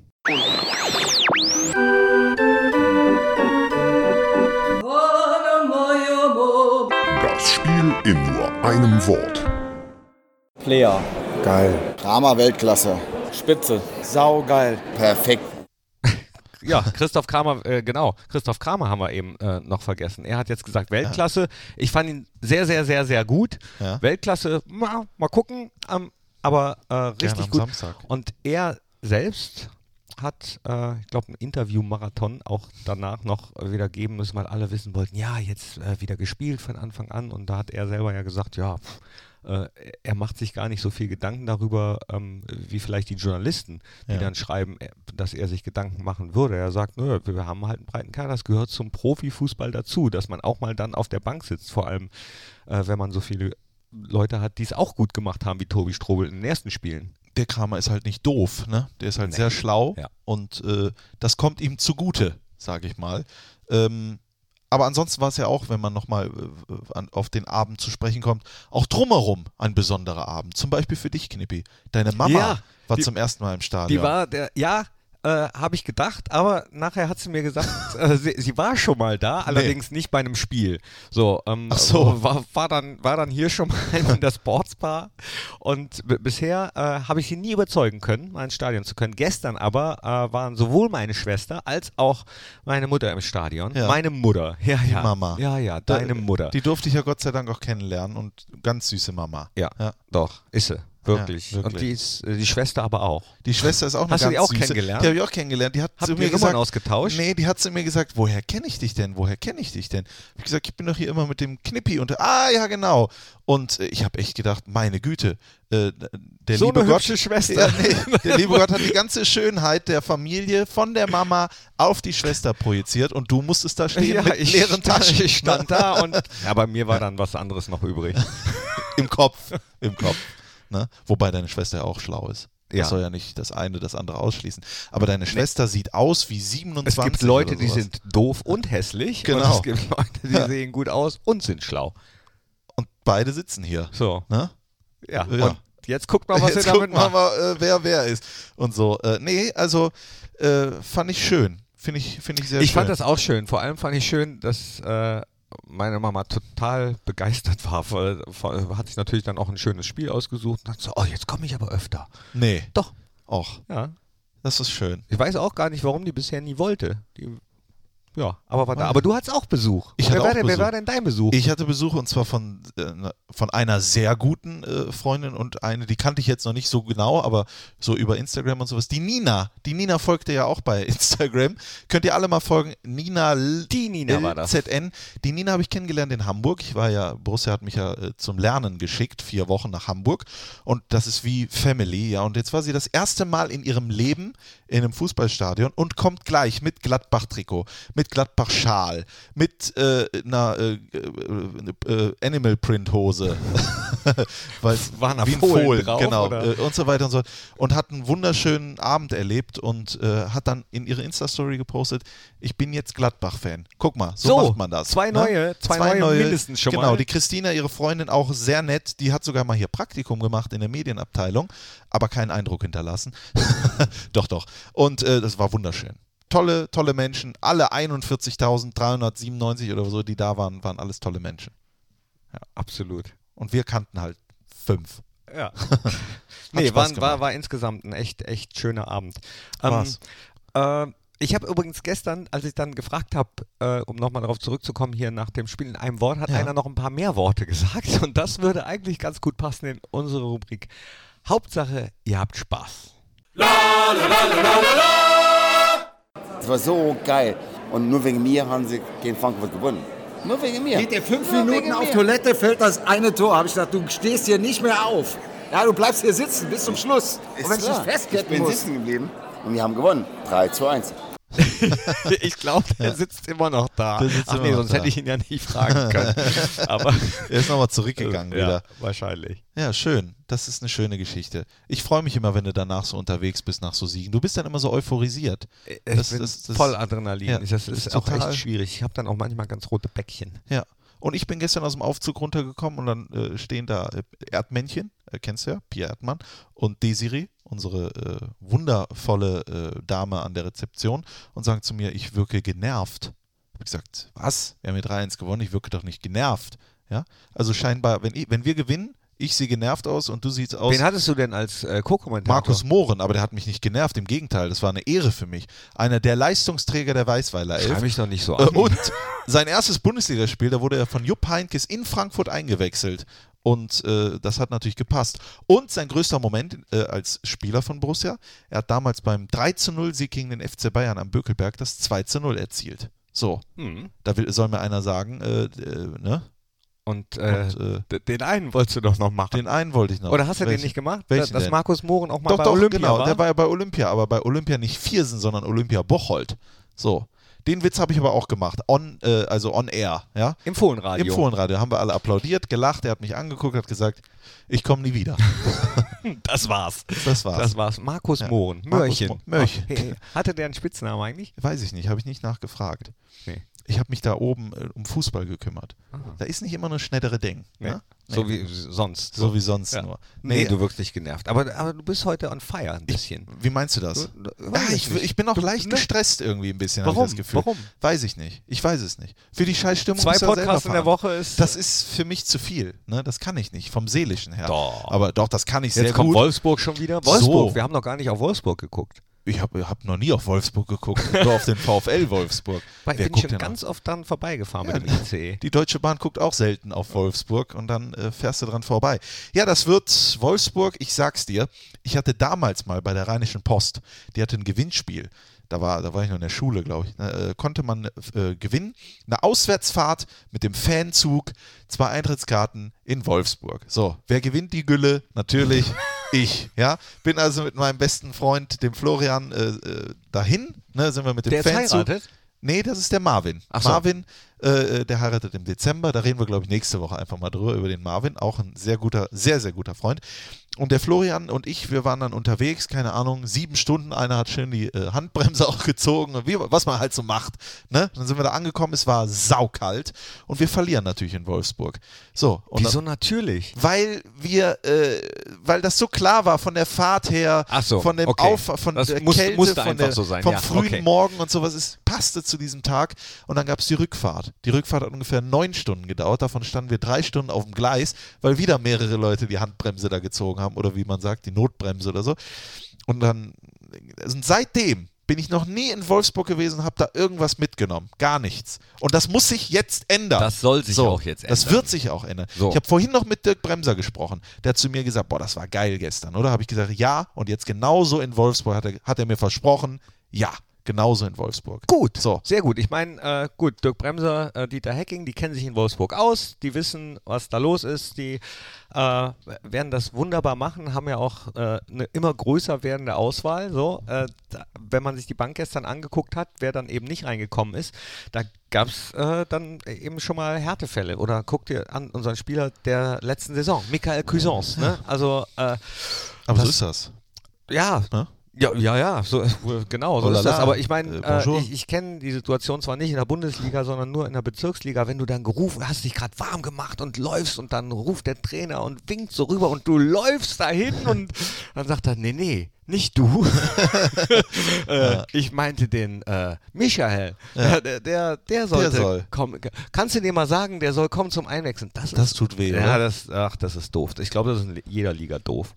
Speaker 4: Das Spiel in nur einem Wort.
Speaker 5: Player.
Speaker 6: Drama Weltklasse.
Speaker 5: Spitze.
Speaker 6: Perfekt.
Speaker 1: Ja, Christoph Kramer, äh, genau. Christoph Kramer haben wir eben äh, noch vergessen. Er hat jetzt gesagt Weltklasse. Ich fand ihn sehr, sehr, sehr, sehr gut.
Speaker 2: Ja.
Speaker 1: Weltklasse, mal, mal gucken, ähm, aber äh, richtig
Speaker 2: am
Speaker 1: gut.
Speaker 2: Samstag.
Speaker 1: Und er selbst hat, äh, ich glaube, ein Interview-Marathon auch danach noch wieder geben müssen, weil alle wissen wollten, ja, jetzt äh, wieder gespielt von Anfang an. Und da hat er selber ja gesagt, ja, pff, äh, er macht sich gar nicht so viel Gedanken darüber, ähm, wie vielleicht die Journalisten, die
Speaker 2: Ja.
Speaker 1: dann schreiben, äh, dass er sich Gedanken machen würde. Er sagt, nö, wir haben halt einen breiten Kader, das gehört zum Profifußball dazu, dass man auch mal dann auf der Bank sitzt, vor allem äh, wenn man so viele Leute hat, die es auch gut gemacht haben, wie Tobi Strobel in den ersten Spielen.
Speaker 2: der Kramer ist halt nicht doof, ne? Der ist halt sehr schlau
Speaker 1: Ja.
Speaker 2: und äh, das kommt ihm zugute, sage ich mal. Ähm, aber ansonsten war es ja auch, wenn man nochmal äh, an- auf den Abend zu sprechen kommt, auch drumherum ein besonderer Abend. Zum Beispiel für dich, Knippi. Deine Mama
Speaker 1: Ja,
Speaker 2: war
Speaker 1: die-
Speaker 2: zum ersten Mal im Stadion.
Speaker 1: Die war, der, ja, äh, habe ich gedacht, aber nachher hat sie
Speaker 2: [LAUGHS]
Speaker 1: mir gesagt, äh, sie, sie war schon mal da, allerdings nicht bei einem Spiel. So, ähm,
Speaker 2: Ach so.
Speaker 1: War, war, dann, war dann hier schon mal in der Sportsbar und b- bisher äh, habe ich sie nie überzeugen können, mal ins Stadion zu können. Gestern aber äh, waren sowohl meine Schwester als auch meine Mutter im Stadion.
Speaker 2: Ja.
Speaker 1: Meine Mutter, ja, ja.
Speaker 2: Mama.
Speaker 1: Ja, ja,
Speaker 2: Da- äh,
Speaker 1: deine Mutter.
Speaker 2: Die durfte ich ja Gott sei Dank auch kennenlernen und ganz süße Mama.
Speaker 1: ja,
Speaker 2: Ja.
Speaker 1: doch, ist sie. Wirklich.
Speaker 2: wirklich.
Speaker 1: Und die, ist, äh, die Schwester aber auch.
Speaker 2: Die Schwester ist auch eine
Speaker 1: Hast du
Speaker 2: ganz
Speaker 1: die auch
Speaker 2: süße.
Speaker 1: kennengelernt?
Speaker 2: Die habe ich auch kennengelernt. Die hat
Speaker 1: Habt
Speaker 2: zu
Speaker 1: ihr
Speaker 2: mir
Speaker 1: Nummern
Speaker 2: gesagt,
Speaker 1: ausgetauscht?
Speaker 2: Nee, die hat zu mir gesagt, woher kenne ich dich denn? Woher kenne ich dich denn? Hab ich gesagt, ich bin doch hier immer mit dem Knippi und ah ja genau. Und äh, ich habe echt gedacht, meine Güte, äh, der
Speaker 1: So
Speaker 2: liebe
Speaker 1: eine
Speaker 2: Gott, [LAUGHS]
Speaker 1: hübsche Schwester.
Speaker 2: Ja, nee, der liebe Gott hat die ganze Schönheit der Familie von der Mama auf die Schwester projiziert und du musstest da stehen mit
Speaker 1: [LAUGHS]
Speaker 2: leeren Taschen
Speaker 1: Ich stand da und. Ja, bei mir war dann was anderes noch übrig.
Speaker 2: im Kopf, im Kopf. Ne? Wobei deine Schwester ja auch schlau ist.
Speaker 1: Ja.
Speaker 2: Das soll ja nicht das eine das andere ausschließen. Aber deine Schwester sieht aus wie 27.
Speaker 1: Es gibt Leute,
Speaker 2: oder
Speaker 1: die
Speaker 2: sowas.
Speaker 1: sind doof und hässlich.
Speaker 2: Genau.
Speaker 1: Und es gibt Leute, die sehen gut aus und sind schlau.
Speaker 2: Und beide sitzen hier.
Speaker 1: So.
Speaker 2: Ne?
Speaker 1: Ja.
Speaker 2: Ja.
Speaker 1: Und jetzt guckt mal, was
Speaker 2: Jetzt
Speaker 1: ihr damit
Speaker 2: gucken wir
Speaker 1: macht.
Speaker 2: mal, äh, wer wer ist. Und so. Äh, nee, also äh, fand ich schön. Finde ich, finde ich sehr
Speaker 1: ich
Speaker 2: schön.
Speaker 1: fand das auch schön. Vor allem fand ich schön, dass äh, meine Mama total begeistert war. Weil, vor- hat sich natürlich dann auch ein schönes Spiel ausgesucht und dachte so, oh, jetzt komme ich aber öfter.
Speaker 2: nee,
Speaker 1: Doch.
Speaker 2: auch.
Speaker 1: Ja.
Speaker 2: Das ist schön.
Speaker 1: Ich weiß auch gar nicht, warum die bisher nie wollte. Die, ja, aber war da.
Speaker 2: Mann.
Speaker 1: Aber du hattest auch Besuch.
Speaker 2: Ich
Speaker 1: wer,
Speaker 2: hatte
Speaker 1: war
Speaker 2: auch
Speaker 1: denn, wer
Speaker 2: Besuch.
Speaker 1: war denn dein Besuch?
Speaker 2: Ich hatte Besuch und zwar von, äh, von einer sehr guten äh, Freundin und eine, die kannte ich jetzt noch nicht so genau, aber so über Instagram und sowas. Die Nina. Die Nina folgte ja auch bei [LAUGHS] Instagram. Könnt ihr alle mal folgen. Nina L
Speaker 1: Die Nina war das.
Speaker 2: ZN. Die Nina habe ich kennengelernt in Hamburg. Ich war ja, Borussia hat mich ja äh, zum Lernen geschickt, vier Wochen nach Hamburg. Und das ist wie Family, ja. Und jetzt war sie das erste Mal in ihrem Leben in einem Fußballstadion und kommt gleich mit Gladbach-Trikot, mit Gladbach-Schal, mit äh, einer äh, äh, äh, Animal-Print-Hose. [LAUGHS] Weil's-
Speaker 1: Waren da
Speaker 2: wie ein
Speaker 1: Fohlen
Speaker 2: Fohlen,
Speaker 1: drauf,
Speaker 2: genau.
Speaker 1: oder?
Speaker 2: Äh, und so weiter und so fort. Und hat einen wunderschönen Abend erlebt und äh, hat dann in ihre Insta-Story gepostet, ich bin jetzt Gladbach-Fan. Guck mal, so,
Speaker 1: So,
Speaker 2: macht man das.
Speaker 1: zwei
Speaker 2: ne?
Speaker 1: neue- zwei neue mindestens schon
Speaker 2: genau,
Speaker 1: mal.
Speaker 2: die Christina, ihre Freundin, auch sehr nett. Die hat sogar mal hier Praktikum gemacht in der Medienabteilung, aber keinen Eindruck hinterlassen. [LAUGHS] doch, doch. Und äh, das war wunderschön. Tolle, tolle Menschen. Alle 41.397 oder so, die da waren, waren alles tolle Menschen.
Speaker 1: Absolut.
Speaker 2: Und wir kannten halt fünf.
Speaker 1: Ja. nee,
Speaker 2: Spaß
Speaker 1: war,
Speaker 2: gemacht.
Speaker 1: war, war insgesamt ein echt, echt schöner Abend.
Speaker 2: War's.
Speaker 1: äh, ich habe übrigens gestern, als ich dann gefragt habe, äh, um nochmal darauf zurückzukommen, hier nach dem Spiel in einem Wort, hat
Speaker 2: Ja.
Speaker 1: einer noch ein paar mehr Worte [LAUGHS] gesagt und das würde eigentlich ganz gut passen in unsere Rubrik. Hauptsache, ihr habt Spaß.
Speaker 6: Das war so geil. Und nur wegen mir haben sie gegen Frankfurt gewonnen. Nur wegen mir.
Speaker 7: Geht der fünf
Speaker 6: Nur
Speaker 7: Minuten
Speaker 6: wegen
Speaker 7: auf
Speaker 6: mir.
Speaker 7: Toilette, fällt das eine Tor. Habe ich gedacht, du stehst hier nicht mehr auf. Ja, du bleibst hier sitzen bis zum Schluss.
Speaker 6: Ist
Speaker 7: Und wenn ich dich
Speaker 6: klar. ich
Speaker 7: festketten
Speaker 6: bin
Speaker 7: muss.
Speaker 6: sitzen geblieben und wir haben gewonnen. 3 zu 1.
Speaker 1: [LAUGHS] Ich glaube, der sitzt immer noch da.
Speaker 2: Der sitzt
Speaker 1: Ach
Speaker 2: immer
Speaker 1: nee,
Speaker 2: noch
Speaker 1: sonst
Speaker 2: da.
Speaker 1: hätte ich ihn ja nicht
Speaker 2: [LAUGHS]
Speaker 1: fragen können. Aber [LAUGHS]
Speaker 2: Er ist nochmal zurückgegangen wieder.
Speaker 1: wahrscheinlich.
Speaker 2: Ja, schön. Das ist eine schöne Geschichte. Ich freue mich immer, wenn du danach so unterwegs bist, nach so Siegen. Du bist dann immer so euphorisiert.
Speaker 1: Ich
Speaker 2: Äh, Das-
Speaker 1: bin
Speaker 2: das- das-
Speaker 1: voll Adrenalin.
Speaker 2: ja,
Speaker 1: das,
Speaker 2: das
Speaker 1: ist,
Speaker 2: ist
Speaker 1: auch
Speaker 2: total-
Speaker 1: echt schwierig. Ich habe dann auch manchmal ganz rote Bäckchen.
Speaker 2: Ja. Und ich bin gestern aus dem Aufzug runtergekommen und dann äh, stehen da äh, Erdmännchen, äh, kennst du ja, Pia Erdmann, und Desiree, unsere äh, wundervolle äh, Dame an der Rezeption, und sagen zu mir, ich wirke genervt. Ich habe gesagt, was? Wir haben hier 3-1 gewonnen, ich wirke doch nicht genervt. Ja? Also scheinbar, wenn, ich, wenn wir gewinnen, ich sehe genervt aus und du siehst aus.
Speaker 1: Wen hattest du denn als äh, Co-Kommentator?
Speaker 2: Markus Mohren, aber der hat mich nicht genervt, im Gegenteil, das war eine Ehre für mich. Einer der Leistungsträger der Weißweiler Elf.
Speaker 1: Schreib mich doch nicht so
Speaker 2: Äh,
Speaker 1: an.
Speaker 2: [LAUGHS] Und sein erstes Bundesligaspiel, da wurde er von Jupp Heinkes in Frankfurt eingewechselt. Und äh, das hat natürlich gepasst. Und sein größter Moment äh, als Spieler von Borussia, er hat damals beim 3-0-Sieg gegen den FC Bayern am Bökelberg das 2-0 erzielt. So,
Speaker 1: Hm.
Speaker 2: da will, soll mir einer sagen, äh, äh, ne?
Speaker 1: Und, äh,
Speaker 2: Und, äh,
Speaker 1: d- den einen wolltest du doch noch machen.
Speaker 2: den einen wollte ich noch.
Speaker 1: Oder hast du den
Speaker 2: Welchen?
Speaker 1: nicht gemacht?
Speaker 2: Welchen
Speaker 1: Dass
Speaker 2: denn?
Speaker 1: Markus Mohren auch mal
Speaker 2: doch,
Speaker 1: bei
Speaker 2: doch,
Speaker 1: Olympia
Speaker 2: genau.
Speaker 1: war?
Speaker 2: Der war ja bei Olympia, aber bei Olympia nicht Viersen, sondern Olympia Bocholt. So. Den Witz habe ich aber auch gemacht. On, äh, also on air, ja.
Speaker 1: Im Fohlenradio.
Speaker 2: Im Fohlenradio haben wir alle applaudiert, gelacht, er hat mich angeguckt, hat gesagt, ich komme nie
Speaker 1: [LAUGHS]
Speaker 2: wieder.
Speaker 1: Das war's.
Speaker 2: Das war's.
Speaker 1: Das war's. Markus
Speaker 2: Ja.
Speaker 1: Mohren.
Speaker 2: Markus
Speaker 1: Mörchen.
Speaker 2: Mo- Mörchen.
Speaker 1: Okay. Hatte der einen Spitznamen eigentlich?
Speaker 2: Weiß ich nicht, habe ich nicht nachgefragt.
Speaker 1: Nee.
Speaker 2: Ich habe mich da oben äh, um Fußball gekümmert. Da ist nicht immer nur schnellere Ding. Ne?
Speaker 1: Ah. So wie sonst.
Speaker 2: So wie sonst
Speaker 1: Ja.
Speaker 2: nur.
Speaker 1: Nee,
Speaker 2: Nee,
Speaker 1: du wirkst nicht genervt. Aber, aber du bist heute on fire ein bisschen.
Speaker 2: Wie meinst du das?
Speaker 1: Du- du-
Speaker 2: ah,
Speaker 1: ne, weiß ich
Speaker 2: ich,
Speaker 1: nicht.
Speaker 2: ich bin auch
Speaker 1: Du-
Speaker 2: leicht
Speaker 1: ne?
Speaker 2: gestresst irgendwie ein bisschen,
Speaker 1: Warum?
Speaker 2: habe ich das Gefühl.
Speaker 1: Warum?
Speaker 2: Weiß ich nicht. Ich weiß es nicht. Für die Scheißstimmung
Speaker 1: Zwei
Speaker 2: muss er selber
Speaker 1: Podcasts in der
Speaker 2: fahren.
Speaker 1: Woche ist- äh,
Speaker 2: Das ist für mich zu viel. Ne? Das kann ich nicht, vom Seelischen her.
Speaker 1: Doch.
Speaker 2: Aber doch, das kann ich
Speaker 1: Jetzt
Speaker 2: sehr
Speaker 1: kommt
Speaker 2: gut.
Speaker 1: Wolfsburg schon wieder. Wolfsburg.
Speaker 2: So.
Speaker 1: Wir haben noch gar nicht auf Wolfsburg geguckt.
Speaker 2: Ich habe hab noch nie auf Wolfsburg geguckt, nur auf den [LAUGHS] VfL Wolfsburg.
Speaker 1: Weil ich
Speaker 2: Wer
Speaker 1: bin
Speaker 2: guckt
Speaker 1: schon
Speaker 2: denn
Speaker 1: ganz oft dran vorbeigefahren
Speaker 2: Ja,
Speaker 1: mit dem E. ICE.
Speaker 2: Die Deutsche Bahn guckt auch selten auf Wolfsburg und dann äh, fährst du dran vorbei. Ja, das wird Wolfsburg, ich sag's dir, ich hatte damals mal bei der Rheinischen Post, die hatte ein Gewinnspiel. Da war, da war ich noch in der Schule, glaube ich. ne, Äh, konnte man äh, gewinnen. Eine Auswärtsfahrt mit dem Fanzug, zwei Eintrittskarten in Wolfsburg. So, wer gewinnt die Gülle? Natürlich ich. Ja, bin also mit meinem besten Freund, dem Florian, äh, äh, dahin. Ne, sind wir mit dem
Speaker 1: Der jetzt
Speaker 2: Fanzug.
Speaker 1: heiratet?
Speaker 2: Nee, das ist der Marvin.
Speaker 1: Ach so.
Speaker 2: Marvin, äh, äh, der heiratet im Dezember. Da reden wir, glaube ich, nächste Woche einfach mal drüber, über den Marvin. Auch ein sehr guter, sehr, sehr guter Freund. Und der Florian und ich, wir waren dann unterwegs, keine Ahnung, sieben Stunden. Einer hat schön die äh, Handbremse [LAUGHS] auch gezogen, und wie, was man halt so macht. Ne? Dann sind wir da angekommen, es war saukalt und wir verlieren natürlich in Wolfsburg. So, und
Speaker 1: Wieso natürlich?
Speaker 2: weil wir, äh, weil das so klar war von der Fahrt her,
Speaker 1: Ach so,
Speaker 2: von dem
Speaker 1: okay.
Speaker 2: Auf, von
Speaker 1: Das
Speaker 2: der
Speaker 1: muss-
Speaker 2: Kälte,
Speaker 1: musste
Speaker 2: von
Speaker 1: einfach
Speaker 2: der,
Speaker 1: so sein,
Speaker 2: vom
Speaker 1: ja,
Speaker 2: frühen
Speaker 1: okay.
Speaker 2: Morgen und sowas, es passte zu diesem Tag. Und dann gab es die Rückfahrt. Die Rückfahrt hat ungefähr neun Stunden gedauert. Davon standen wir drei Stunden auf dem Gleis, weil wieder mehrere Leute die Handbremse da gezogen haben oder wie man sagt, die Notbremse oder so. Und dann und seitdem bin ich noch nie in Wolfsburg gewesen und habe da irgendwas mitgenommen. Gar nichts. Und das muss sich jetzt ändern.
Speaker 1: Das soll sich
Speaker 2: so,
Speaker 1: auch jetzt
Speaker 2: Das
Speaker 1: ändern.
Speaker 2: wird sich auch ändern.
Speaker 1: So.
Speaker 2: Ich habe vorhin noch mit Dirk Bremser gesprochen. Der hat zu mir gesagt, boah, das war geil gestern, oder? Habe ich gesagt, ja. Und jetzt genauso in Wolfsburg hat er, hat er mir versprochen, ja, genauso in Wolfsburg.
Speaker 1: Gut,
Speaker 2: So.
Speaker 1: sehr gut. Ich meine, äh, gut, Dirk Bremser, äh, Dieter Hecking, die kennen sich in Wolfsburg aus, die wissen, was da los ist, die äh, werden das wunderbar machen, haben ja auch äh, eine immer größer werdende Auswahl. So, äh, da, wenn man sich die Bank gestern angeguckt hat, wer dann eben nicht reingekommen ist, da gab es äh, dann eben schon mal Härtefälle. Oder guck dir an unseren Spieler der letzten Saison, Michael Cuisance. Ne? Also äh,
Speaker 2: Aber so
Speaker 1: Das-
Speaker 2: ist das.
Speaker 1: ja,
Speaker 2: Ne?
Speaker 1: ja, ja, ja, so, [LAUGHS] genau, so
Speaker 2: Oh la
Speaker 1: ist das.
Speaker 2: la.
Speaker 1: Aber ich meine,
Speaker 2: Äh,
Speaker 1: äh,
Speaker 2: bonjour.
Speaker 1: ich, ich kenne die Situation zwar nicht in der Bundesliga, sondern nur in der Bezirksliga. Wenn du dann gerufen hast, dich gerade warm gemacht und läufst und dann ruft der Trainer und winkt so rüber und du läufst dahin und [LAUGHS] dann sagt er, nee, nee, nicht du. [LAUGHS] äh, Ich meinte den äh, Michael. Der, der, der sollte
Speaker 2: soll.
Speaker 1: kommen. Kannst du dir mal sagen, der soll kommen zum Einwechseln? Das,
Speaker 2: Das
Speaker 1: ist,
Speaker 2: tut weh,
Speaker 1: Ja,
Speaker 2: oder?
Speaker 1: das, ach, das ist doof. Ich glaube, das ist in jeder Liga doof.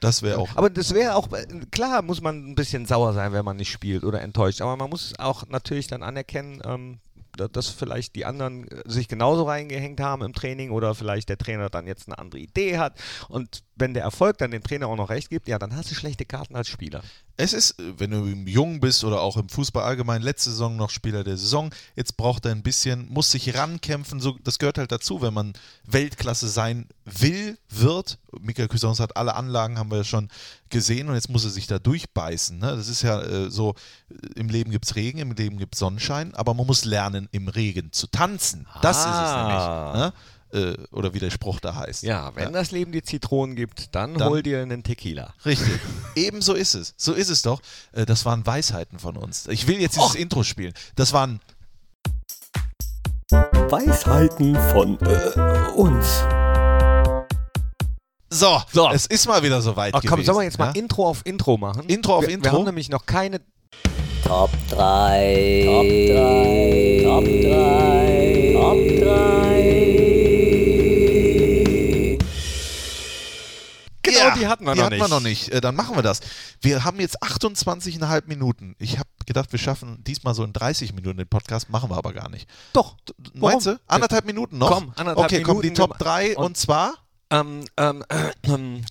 Speaker 2: Das wäre auch.
Speaker 1: Aber das wäre auch, äh, klar muss man ein bisschen sauer sein, wenn man nicht spielt oder enttäuscht. Aber man muss auch natürlich dann anerkennen, ähm, da- dass vielleicht die anderen äh, sich genauso reingehängt haben im Training oder vielleicht der Trainer dann jetzt eine andere Idee hat. Und wenn der Erfolg dann dem Trainer auch noch recht gibt, ja, dann hast du schlechte Karten als Spieler.
Speaker 2: Es ist, wenn du jung bist oder auch im Fußball allgemein, letzte Saison noch Spieler der Saison, jetzt braucht er ein bisschen, muss sich rankämpfen, so, das gehört halt dazu, wenn man Weltklasse sein will, wird. Michael Cousins hat alle Anlagen, haben wir ja schon gesehen und jetzt muss er sich da durchbeißen. Ne? Das ist ja äh, so, äh, im Leben gibt es Regen, im Leben gibt es Sonnenschein, aber man muss lernen, im Regen zu tanzen. Das
Speaker 1: Ah.
Speaker 2: ist es nämlich. Ne? Äh, oder wie der Spruch da heißt.
Speaker 1: Ja, wenn das Leben dir Zitronen gibt, dann,
Speaker 2: Dann-
Speaker 1: hol dir einen Tequila.
Speaker 2: Richtig. [LAUGHS] Ebenso ist es. So ist es doch. Äh, Das waren Weisheiten von uns. Ich will jetzt
Speaker 1: Oh.
Speaker 2: dieses Intro spielen. Das waren
Speaker 5: Weisheiten von äh, uns.
Speaker 2: so,
Speaker 1: So.
Speaker 2: es ist mal wieder soweit.
Speaker 1: Ach komm,
Speaker 2: gewesen, ne?
Speaker 1: sollen wir jetzt mal
Speaker 2: ja?
Speaker 1: Intro auf Intro machen?
Speaker 2: Intro auf
Speaker 1: wir, Wir
Speaker 2: Intro?
Speaker 1: haben nämlich noch keine
Speaker 8: Top 3. Top 3. Top 3. Top 3.
Speaker 1: Genau, die hatten wir
Speaker 2: die
Speaker 1: noch
Speaker 2: hatten
Speaker 1: nicht.
Speaker 2: Wir noch nicht. Äh, Dann machen wir das. Wir haben jetzt 28,5 Minuten. Ich habe gedacht, wir schaffen diesmal so in 30 Minuten den Podcast, machen wir aber gar nicht.
Speaker 1: Doch.
Speaker 2: Meinst du?
Speaker 1: Ah,
Speaker 2: Anderthalb Minuten noch?
Speaker 1: Komm, anderthalb
Speaker 2: okay, kommen die
Speaker 1: Minuten.
Speaker 2: Top 3 und,
Speaker 1: Und-
Speaker 2: zwar?
Speaker 1: Ähm, ähm, ähm,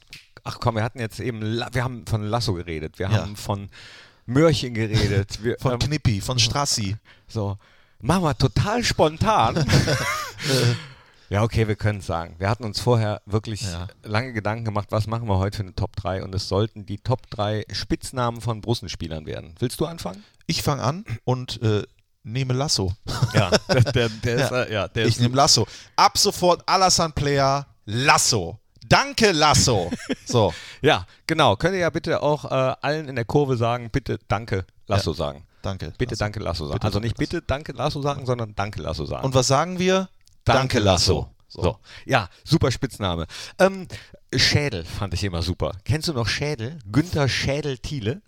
Speaker 1: ach komm, wir hatten jetzt eben, La wir haben von Lasso geredet, wir
Speaker 2: Ja.
Speaker 1: haben von Mörchen geredet, wir,
Speaker 2: Von
Speaker 1: ähm,
Speaker 2: Knippi, von Strassi.
Speaker 1: so, machen wir total [LAUGHS] spontan. Äh. ja, okay, wir können es sagen. Wir hatten uns vorher wirklich
Speaker 2: Ja.
Speaker 1: lange Gedanken gemacht, was machen wir heute für eine Top 3 und es sollten die Top 3 Spitznamen von Brussenspielern werden. Willst du anfangen?
Speaker 2: Ich fange an und äh, nehme Lasso.
Speaker 1: Ja, der, der, der
Speaker 2: Ja.
Speaker 1: äh, ja, [LAUGHS] der
Speaker 2: ich nehme Lasso. Ab sofort Alassane Player Lasso. Danke,
Speaker 1: [LAUGHS]
Speaker 2: Lasso. So,
Speaker 1: ja, genau. Könnt ihr ja bitte auch äh, allen in der Kurve sagen, bitte danke, Lasso sagen.
Speaker 2: danke.
Speaker 1: Bitte
Speaker 2: Lasso.
Speaker 1: danke Lasso sagen.
Speaker 2: Bitte
Speaker 1: also
Speaker 2: danke,
Speaker 1: nicht bitte danke Lasso sagen, sondern danke Lasso sagen.
Speaker 2: Und was sagen wir?
Speaker 1: So. so. Ja, super Spitzname. Ähm, Schädel fand ich immer super. Kennst du noch Schädel? Günther Schädel Thiele?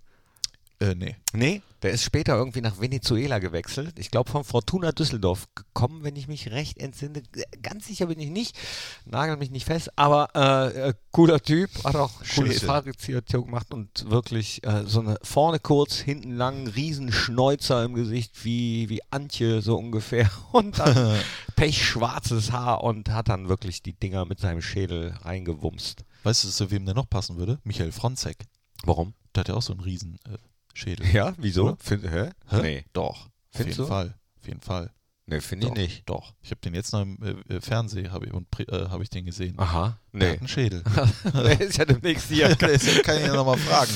Speaker 2: Äh, nee.
Speaker 1: Nee, der ist später irgendwie nach Venezuela gewechselt. Ich glaube, von Fortuna Düsseldorf gekommen, wenn ich mich recht entsinne. Ganz sicher bin ich nicht. Nagel mich nicht fest, aber äh, äh, cooler Typ. Hat auch coole
Speaker 2: Schöße.
Speaker 1: Fahrradziertio gemacht und wirklich äh, so eine vorne kurz, hinten lang, riesen Schnäuzer im Gesicht, wie, wie Antje so ungefähr. [LAUGHS] Und dann pechschwarzes Haar und hat dann wirklich die Dinger mit seinem Schädel reingewumst.
Speaker 2: Weißt du, zu wem der noch passen würde? Michael Fronzek.
Speaker 1: Warum?
Speaker 2: Der hat ja auch so einen riesen äh, Schädel.
Speaker 1: Ja, wieso?
Speaker 2: Oder?
Speaker 1: Find, hä?
Speaker 2: Hä?
Speaker 1: Nee,
Speaker 2: Doch. Auf jeden
Speaker 1: Findest du?
Speaker 2: Fall. Auf jeden Fall.
Speaker 1: nee finde ich
Speaker 2: doch.
Speaker 1: nicht.
Speaker 2: Doch. Ich habe den jetzt noch im äh, äh, Fernsehen hab ich, und pri- äh, habe ich den gesehen.
Speaker 1: Aha,
Speaker 2: Der
Speaker 1: nee.
Speaker 2: hat einen Schädel.
Speaker 1: [LAUGHS] Der ist ja demnächst hier.
Speaker 2: Das kann ich ja nochmal
Speaker 1: [LAUGHS]
Speaker 2: fragen.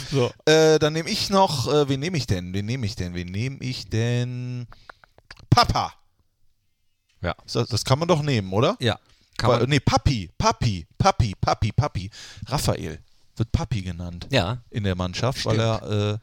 Speaker 2: Äh, dann nehme ich noch, äh, wen nehme ich denn? Wen nehme ich denn? Wen nehme ich denn? Papa.
Speaker 1: Ja.
Speaker 2: Ist Das, das kann man doch nehmen, oder?
Speaker 1: Ja. Kann
Speaker 2: Weil,
Speaker 1: man,
Speaker 2: nee, Papi, Papi, Papi, Papi, Papi. Raphael. wird Papi genannt
Speaker 1: Ja.
Speaker 2: in der Mannschaft, weil er äh,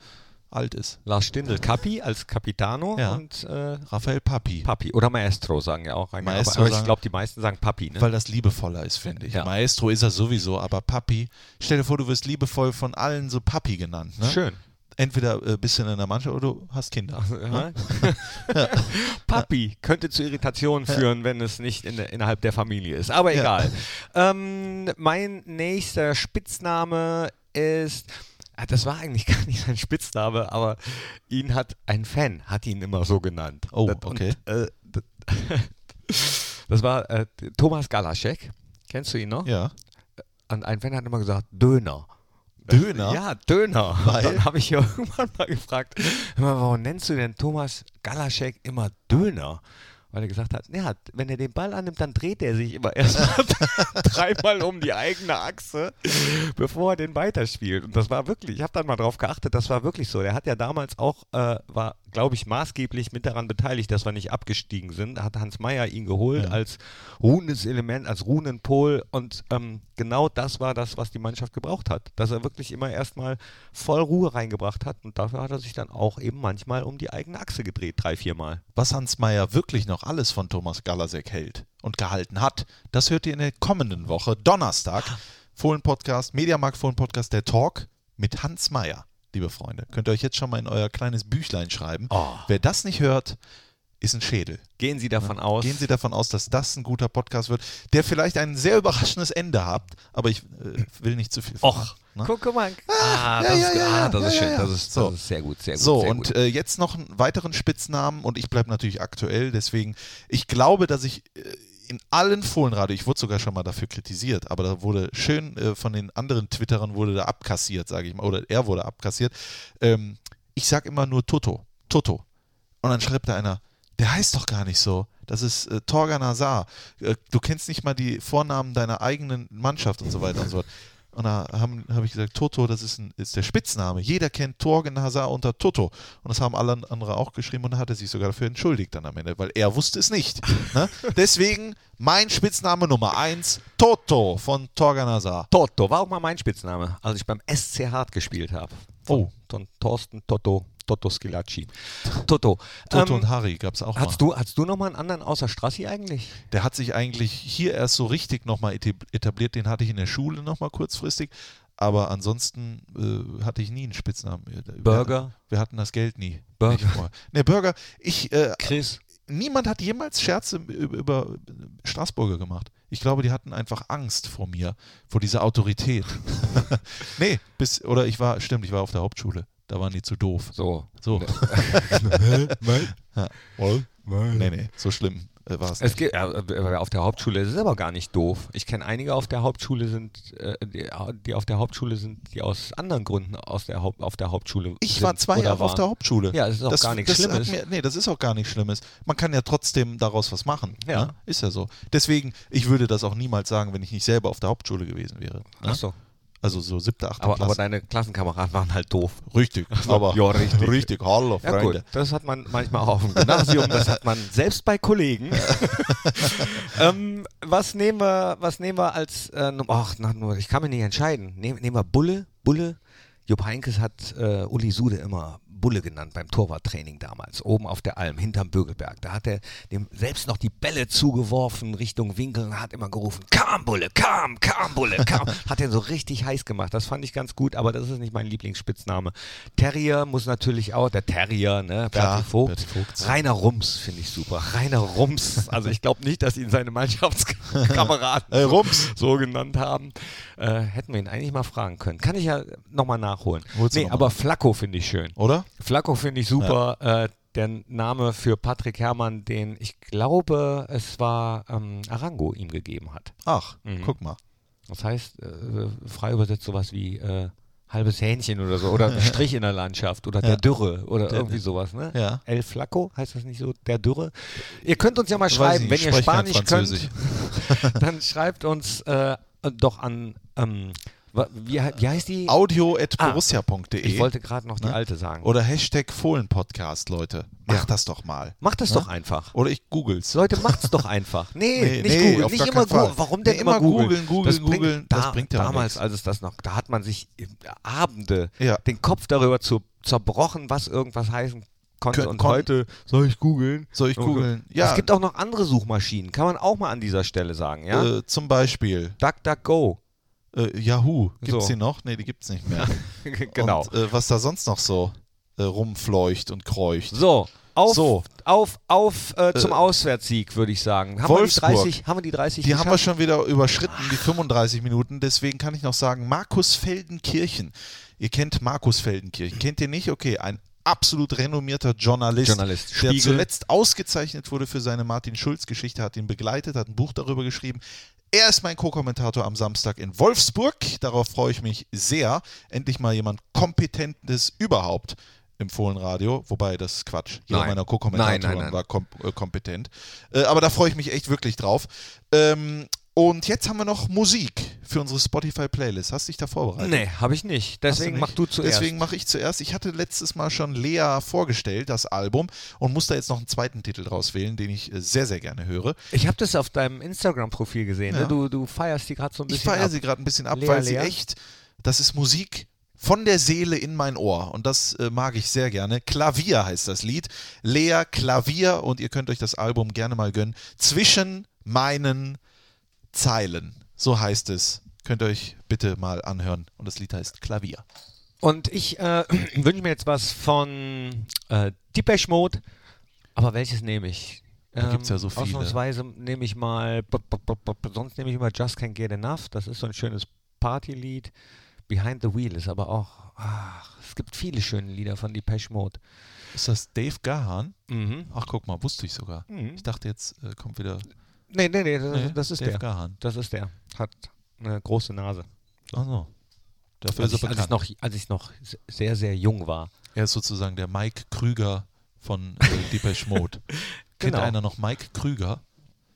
Speaker 2: alt ist.
Speaker 1: Lars Stindl, Capi als Capitano
Speaker 2: Ja.
Speaker 1: und äh,
Speaker 2: Raphael Papi,
Speaker 1: Papi. Oder Maestro sagen ja auch einige.
Speaker 2: Maestro
Speaker 1: aber, aber ich
Speaker 2: sagen-
Speaker 1: glaube, die meisten sagen Papi. Ne?
Speaker 2: weil das liebevoller ist, finde ich.
Speaker 1: Ja.
Speaker 2: Maestro ist er sowieso, aber Papi, stell dir vor, du wirst liebevoll von allen so Papi genannt. Ne?
Speaker 1: Schön.
Speaker 2: Entweder äh, bist du in einer Mannschaft oder du hast Kinder.
Speaker 1: Ja. [LAUGHS] Papi könnte zu Irritationen führen, wenn es nicht in, der- innerhalb der Familie ist. Aber
Speaker 2: Ja.
Speaker 1: egal. Ähm, mein nächster Spitzname ist. ah, Das war eigentlich [LAUGHS] gar nicht sein Spitzname, aber ihn hat ein Fan, hat ihn immer so genannt.
Speaker 2: Oh,
Speaker 1: Das- und,
Speaker 2: okay.
Speaker 1: äh, das- [LAUGHS] das war äh, Thomas Galaschek. Kennst du ihn noch?
Speaker 2: Ja.
Speaker 1: Und ein Fan hat immer gesagt, Döner.
Speaker 2: Döner?
Speaker 1: Ja, Döner. [LAUGHS]
Speaker 2: Weil?
Speaker 1: Und Dann habe ich irgendwann mal gefragt, hör mal, warum nennst du denn Thomas Galaschek immer Döner? Weil er gesagt hat, ja, wenn er den Ball annimmt, dann dreht er sich immer erstmal [LAUGHS] dreimal um die eigene Achse, bevor er den weiterspielt. Und das war wirklich, ich habe dann mal drauf geachtet, das war wirklich so. Der hat ja damals auch, äh, war, glaube ich, maßgeblich mit daran beteiligt, dass wir nicht abgestiegen sind. Da Hat Hans Meyer ihn geholt als ruhendes Element, als ruhenden Pol. Und ähm, genau das war das, was die Mannschaft gebraucht hat. Dass er wirklich immer erstmal voll Ruhe reingebracht hat. Und dafür hat er sich dann auch eben manchmal um die eigene Achse gedreht, drei, viermal.
Speaker 2: Was Hans Meyer wirklich noch alles von Thomas Galasek hält und gehalten hat, das hört ihr in der kommenden Woche, Donnerstag. Fohlen-Podcast, Mediamarkt Fohlen-Podcast, der Talk mit Hans Meyer, liebe Freunde. Könnt ihr euch jetzt schon mal in euer kleines Büchlein schreiben.
Speaker 1: Oh.
Speaker 2: Wer das nicht hört, ist ein Schädel.
Speaker 1: Gehen Sie davon aus.
Speaker 2: Gehen Sie davon aus, dass das ein guter Podcast wird, der vielleicht ein sehr überraschendes Ende hat, aber ich äh, will nicht zu viel
Speaker 1: Och,
Speaker 2: ne?
Speaker 1: guck, guck mal.
Speaker 2: ja,
Speaker 1: Ah, das,
Speaker 2: ja,
Speaker 1: ist,
Speaker 2: ja,
Speaker 1: ah, das ist
Speaker 2: ja,
Speaker 1: schön.
Speaker 2: ja, ja.
Speaker 1: Das, ist,
Speaker 2: So.
Speaker 1: das ist sehr gut, sehr gut.
Speaker 2: So,
Speaker 1: sehr
Speaker 2: und
Speaker 1: gut.
Speaker 2: äh, jetzt noch einen weiteren Spitznamen und ich bleibe natürlich aktuell, deswegen, ich glaube, dass ich äh, in allen Fohlenradio, ich wurde sogar schon mal dafür kritisiert, aber da wurde schön äh, von den anderen Twitterern wurde da abkassiert, sage ich mal, oder er wurde abkassiert. Ähm, ich sage immer nur Toto, Toto. Und dann schreibt da einer, der heißt doch gar nicht so. Das ist äh, Torgan Hazar. Äh, du kennst nicht mal die Vornamen deiner eigenen Mannschaft und so weiter und so fort. Und da habe hab ich gesagt, Toto, das ist, ein, ist der Spitzname. Jeder kennt Torgan Hazar unter Toto. Und das haben alle andere auch geschrieben und da hat er sich sogar dafür entschuldigt dann am Ende, weil er wusste es nicht. ne? Deswegen mein Spitzname Nummer 1, Toto von Torgan Hazar.
Speaker 1: Toto war auch mal mein Spitzname, als ich beim SC Hart gespielt habe. Von,
Speaker 2: Oh.
Speaker 1: Von Thorsten Toto, Toto Skilacci. Toto.
Speaker 2: Toto
Speaker 1: ähm,
Speaker 2: und Harry gab es auch mal.
Speaker 1: hast, du, hast du noch mal einen anderen außer Strassi eigentlich?
Speaker 2: Der hat sich eigentlich hier erst so richtig nochmal etabliert. Den hatte ich in der Schule nochmal kurzfristig. Aber ansonsten äh, hatte ich nie einen Spitznamen. Wir-
Speaker 1: Burger?
Speaker 2: Wir hatten das Geld nie.
Speaker 1: Burger.
Speaker 2: Nicht vorher. Nee, Burger. Ich, äh,
Speaker 1: Chris?
Speaker 2: niemand hat jemals Scherze über, über Straßburger gemacht. Ich glaube, die hatten einfach Angst vor mir, vor dieser Autorität. [LAUGHS] nee, bis, oder ich war, stimmt, ich war auf der Hauptschule. Da waren die zu doof.
Speaker 1: So. [LAUGHS]
Speaker 2: So. [LAUGHS] Nee, nee, so schlimm äh, war es
Speaker 1: Es gibt, ja, äh, auf der Hauptschule, es ist aber gar nicht doof. Ich kenne einige auf der Hauptschule sind, äh, die, die auf der Hauptschule sind, die aus anderen Gründen aus der Haupt, auf der Hauptschule
Speaker 2: Ich
Speaker 1: sind
Speaker 2: war zwei
Speaker 1: oder
Speaker 2: Jahre auf
Speaker 1: waren.
Speaker 2: der Hauptschule.
Speaker 1: Ja, es ist auch gar nichts
Speaker 2: das hat
Speaker 1: Schlimmes.
Speaker 2: Mir, nee, das ist auch gar nichts Schlimmes. Man kann ja trotzdem daraus was machen.
Speaker 1: Ja.
Speaker 2: Ne? Ist ja so. Deswegen, ich würde das auch niemals sagen, wenn ich nicht selber auf der Hauptschule gewesen wäre. Ne?
Speaker 1: Ach so.
Speaker 2: Also so siebte, achte
Speaker 1: Aber, aber
Speaker 2: Klasse.
Speaker 1: deine Klassenkameraden waren halt doof. [LAUGHS]
Speaker 2: richtig. Aber
Speaker 1: Ja, richtig.
Speaker 2: Hallo,
Speaker 1: Ja
Speaker 2: Freunde.
Speaker 1: gut, das hat man manchmal auch auf dem Gymnasium, das hat man selbst
Speaker 2: [LAUGHS]
Speaker 1: bei Kollegen. ähm, was, nehmen wir, was nehmen wir als, äh, Num- ach, na, nur, ich kann mich nicht entscheiden, Nehm, nehmen wir Bulle, Bulle. Jupp Heinkes hat äh, Uli Sude immer Bulle genannt beim Torwarttraining damals, oben auf der Alm, hinterm Bögelberg. Da hat er dem selbst noch die Bälle zugeworfen Richtung Winkel und hat immer gerufen, kam Bulle, kam, kam Bulle,
Speaker 2: [LAUGHS]
Speaker 1: kam. hat er so richtig heiß gemacht. Das fand ich ganz gut, aber das ist nicht mein Lieblingsspitzname. Terrier muss natürlich auch, der Terrier, ne?
Speaker 2: Klar,
Speaker 1: Berti Vogt.
Speaker 2: Berti Vogt.
Speaker 1: Rainer Rums finde ich super. Rainer Rums. Also ich glaube nicht, dass ihn seine Mannschaftskameraden
Speaker 2: Äh, Rums.
Speaker 1: so genannt haben. Äh, hätten wir ihn eigentlich mal fragen können. Kann ich ja nochmal nachholen.
Speaker 2: Holst du
Speaker 1: Nee,
Speaker 2: noch mal
Speaker 1: aber Flacco finde ich schön.
Speaker 2: Oder?
Speaker 1: Flacco finde ich super. Äh, der Name für Patrick Herrmann, den ich glaube, es war ähm, Arango ihm gegeben hat.
Speaker 2: Ach,
Speaker 1: Mhm.
Speaker 2: guck mal.
Speaker 1: Das heißt, äh, frei übersetzt sowas wie äh, halbes Hähnchen oder so. Oder
Speaker 2: [LAUGHS]
Speaker 1: ein Strich in der Landschaft oder der Dürre oder irgendwie sowas. Ne?
Speaker 2: Ja.
Speaker 1: El Flaco heißt das nicht so? Der Dürre. Ihr könnt uns ja mal
Speaker 2: Weiß
Speaker 1: schreiben,
Speaker 2: ich,
Speaker 1: wenn
Speaker 2: ich
Speaker 1: ihr [LAUGHS]
Speaker 2: spreche kein
Speaker 1: Spanisch
Speaker 2: Französisch.
Speaker 1: könnt, dann schreibt uns äh, doch an ähm, Wa- Wie, he- wie heißt die?
Speaker 2: audio.borussia.de
Speaker 1: Ah, Ich wollte gerade noch die
Speaker 2: Ne?
Speaker 1: alte sagen.
Speaker 2: E oder Hashtag Fohlenpodcast, Leute. Macht
Speaker 1: Ja.
Speaker 2: das doch mal.
Speaker 1: Macht es doch einfach.
Speaker 2: Oder ich google's.
Speaker 1: Leute, macht's
Speaker 2: [LAUGHS]
Speaker 1: doch einfach. Nee,
Speaker 2: Nee,
Speaker 1: nicht
Speaker 2: nee,
Speaker 1: googeln,
Speaker 2: auf
Speaker 1: nicht
Speaker 2: gar
Speaker 1: immer
Speaker 2: keinen Fall.
Speaker 1: googeln. Warum denn
Speaker 2: Nee,
Speaker 1: immer
Speaker 2: immer googeln,
Speaker 1: googeln?
Speaker 2: googeln, googeln, das bringt ja auch
Speaker 1: Damals,
Speaker 2: nichts.
Speaker 1: als es das noch, da hat man sich im Abende
Speaker 2: Ja.
Speaker 1: den Kopf darüber zu, zerbrochen, was irgendwas heißen konnte.
Speaker 2: Kön-
Speaker 1: und
Speaker 2: kon-
Speaker 1: heute soll ich googeln?
Speaker 2: Soll ich googeln?
Speaker 1: Ja.
Speaker 2: Ja.
Speaker 1: Es gibt auch noch andere Suchmaschinen, kann man auch mal an dieser Stelle sagen, ja?
Speaker 2: Äh, zum Beispiel
Speaker 1: DuckDuckGo. [LAUGHS]
Speaker 2: äh, Yahoo. Gibt's
Speaker 1: So.
Speaker 2: die noch? Nee, die gibt's nicht mehr.
Speaker 1: [LAUGHS] genau.
Speaker 2: Und, äh, was da sonst noch so äh, rumfleucht und kreucht.
Speaker 1: so. Auf,
Speaker 2: So.
Speaker 1: auf, auf äh, zum Auswärtssieg, würde ich sagen. Haben wir, die
Speaker 2: Wolfsburg.
Speaker 1: 30, haben wir die 30
Speaker 2: Die haben wir
Speaker 1: geschafft?
Speaker 2: schon wieder überschritten, die 35 Minuten. Deswegen kann ich noch sagen, Markus Feldenkirchen. Ihr kennt Markus Feldenkirchen. Kennt ihr nicht? Okay, ein absolut renommierter Journalist,
Speaker 1: Journalist.
Speaker 2: der
Speaker 1: Spiegel.
Speaker 2: zuletzt ausgezeichnet wurde für seine Martin-Schulz-Geschichte, hat ihn begleitet, hat ein Buch darüber geschrieben. Er ist mein Co-Kommentator am Samstag in Wolfsburg. Darauf freue ich mich sehr. Endlich mal jemand Kompetentes überhaupt im Fohlenradio. Wobei, das ist Quatsch. Jeder meiner
Speaker 1: Nein. Nein, nein,
Speaker 2: Co-Kommentatoren
Speaker 1: nein.
Speaker 2: war war kom äh, kompetent. Äh, aber da freue ich mich echt wirklich drauf. Ähm, und jetzt haben wir noch Musik für unsere Spotify-Playlist. Hast dich da vorbereitet?
Speaker 1: Nee, habe ich nicht.
Speaker 2: Hast du
Speaker 1: Deswegen
Speaker 2: nicht?
Speaker 1: mach du zuerst.
Speaker 2: Deswegen mache ich zuerst. Ich hatte letztes Mal schon Lea vorgestellt, das Album, und muss da jetzt noch einen zweiten Titel draus wählen, den ich äh, sehr, sehr gerne höre.
Speaker 1: Ich habe das auf deinem Instagram-Profil gesehen.
Speaker 2: Ja.
Speaker 1: Ne? Du, du feierst die gerade so ein bisschen.
Speaker 2: Ich feiere
Speaker 1: ab.
Speaker 2: sie gerade ein bisschen ab,
Speaker 1: Lea,
Speaker 2: weil sie
Speaker 1: Lea?
Speaker 2: echt, das ist Musik von der Seele in mein Ohr und das äh, mag ich sehr gerne. Klavier heißt das Lied. Lea Klavier und ihr könnt euch das Album gerne mal gönnen. Zwischen meinen Zeilen, so heißt es. Könnt ihr euch bitte mal anhören und das Lied heißt Klavier.
Speaker 1: Und ich äh, [CLEARS THROAT] wünsche mir jetzt was von äh, Depeche Mode. Aber welches nehme ich? Ähm,
Speaker 2: Da gibt's ja so viele.
Speaker 1: Ausnahmsweise nehme ich mal, b- b- b- b- sonst nehme ich immer Just Can't Get Enough. Das ist so ein schönes Partylied. Behind the Wheel ist aber auch, ach, es gibt viele schöne Lieder von Depeche Mode.
Speaker 2: Ist das Dave Gahan?
Speaker 1: Mhm.
Speaker 2: Ach guck mal, wusste ich sogar.
Speaker 1: Mhm.
Speaker 2: Ich dachte jetzt äh, kommt wieder
Speaker 1: Nee, nee, nee, das,
Speaker 2: Nee,
Speaker 1: das ist
Speaker 2: Dave
Speaker 1: der.
Speaker 2: Gahan.
Speaker 1: Das ist der. Hat eine große Nase.
Speaker 2: Ach so. Dafür
Speaker 1: Als
Speaker 2: ist
Speaker 1: ich,
Speaker 2: er
Speaker 1: als, ich
Speaker 2: bekannt.
Speaker 1: noch, als ich noch se- sehr, sehr jung war.
Speaker 2: Er ist sozusagen der Mike Krüger von äh, Depeche
Speaker 1: [LAUGHS]
Speaker 2: Mode. Kennt
Speaker 1: Genau.
Speaker 2: einer noch Mike Krüger?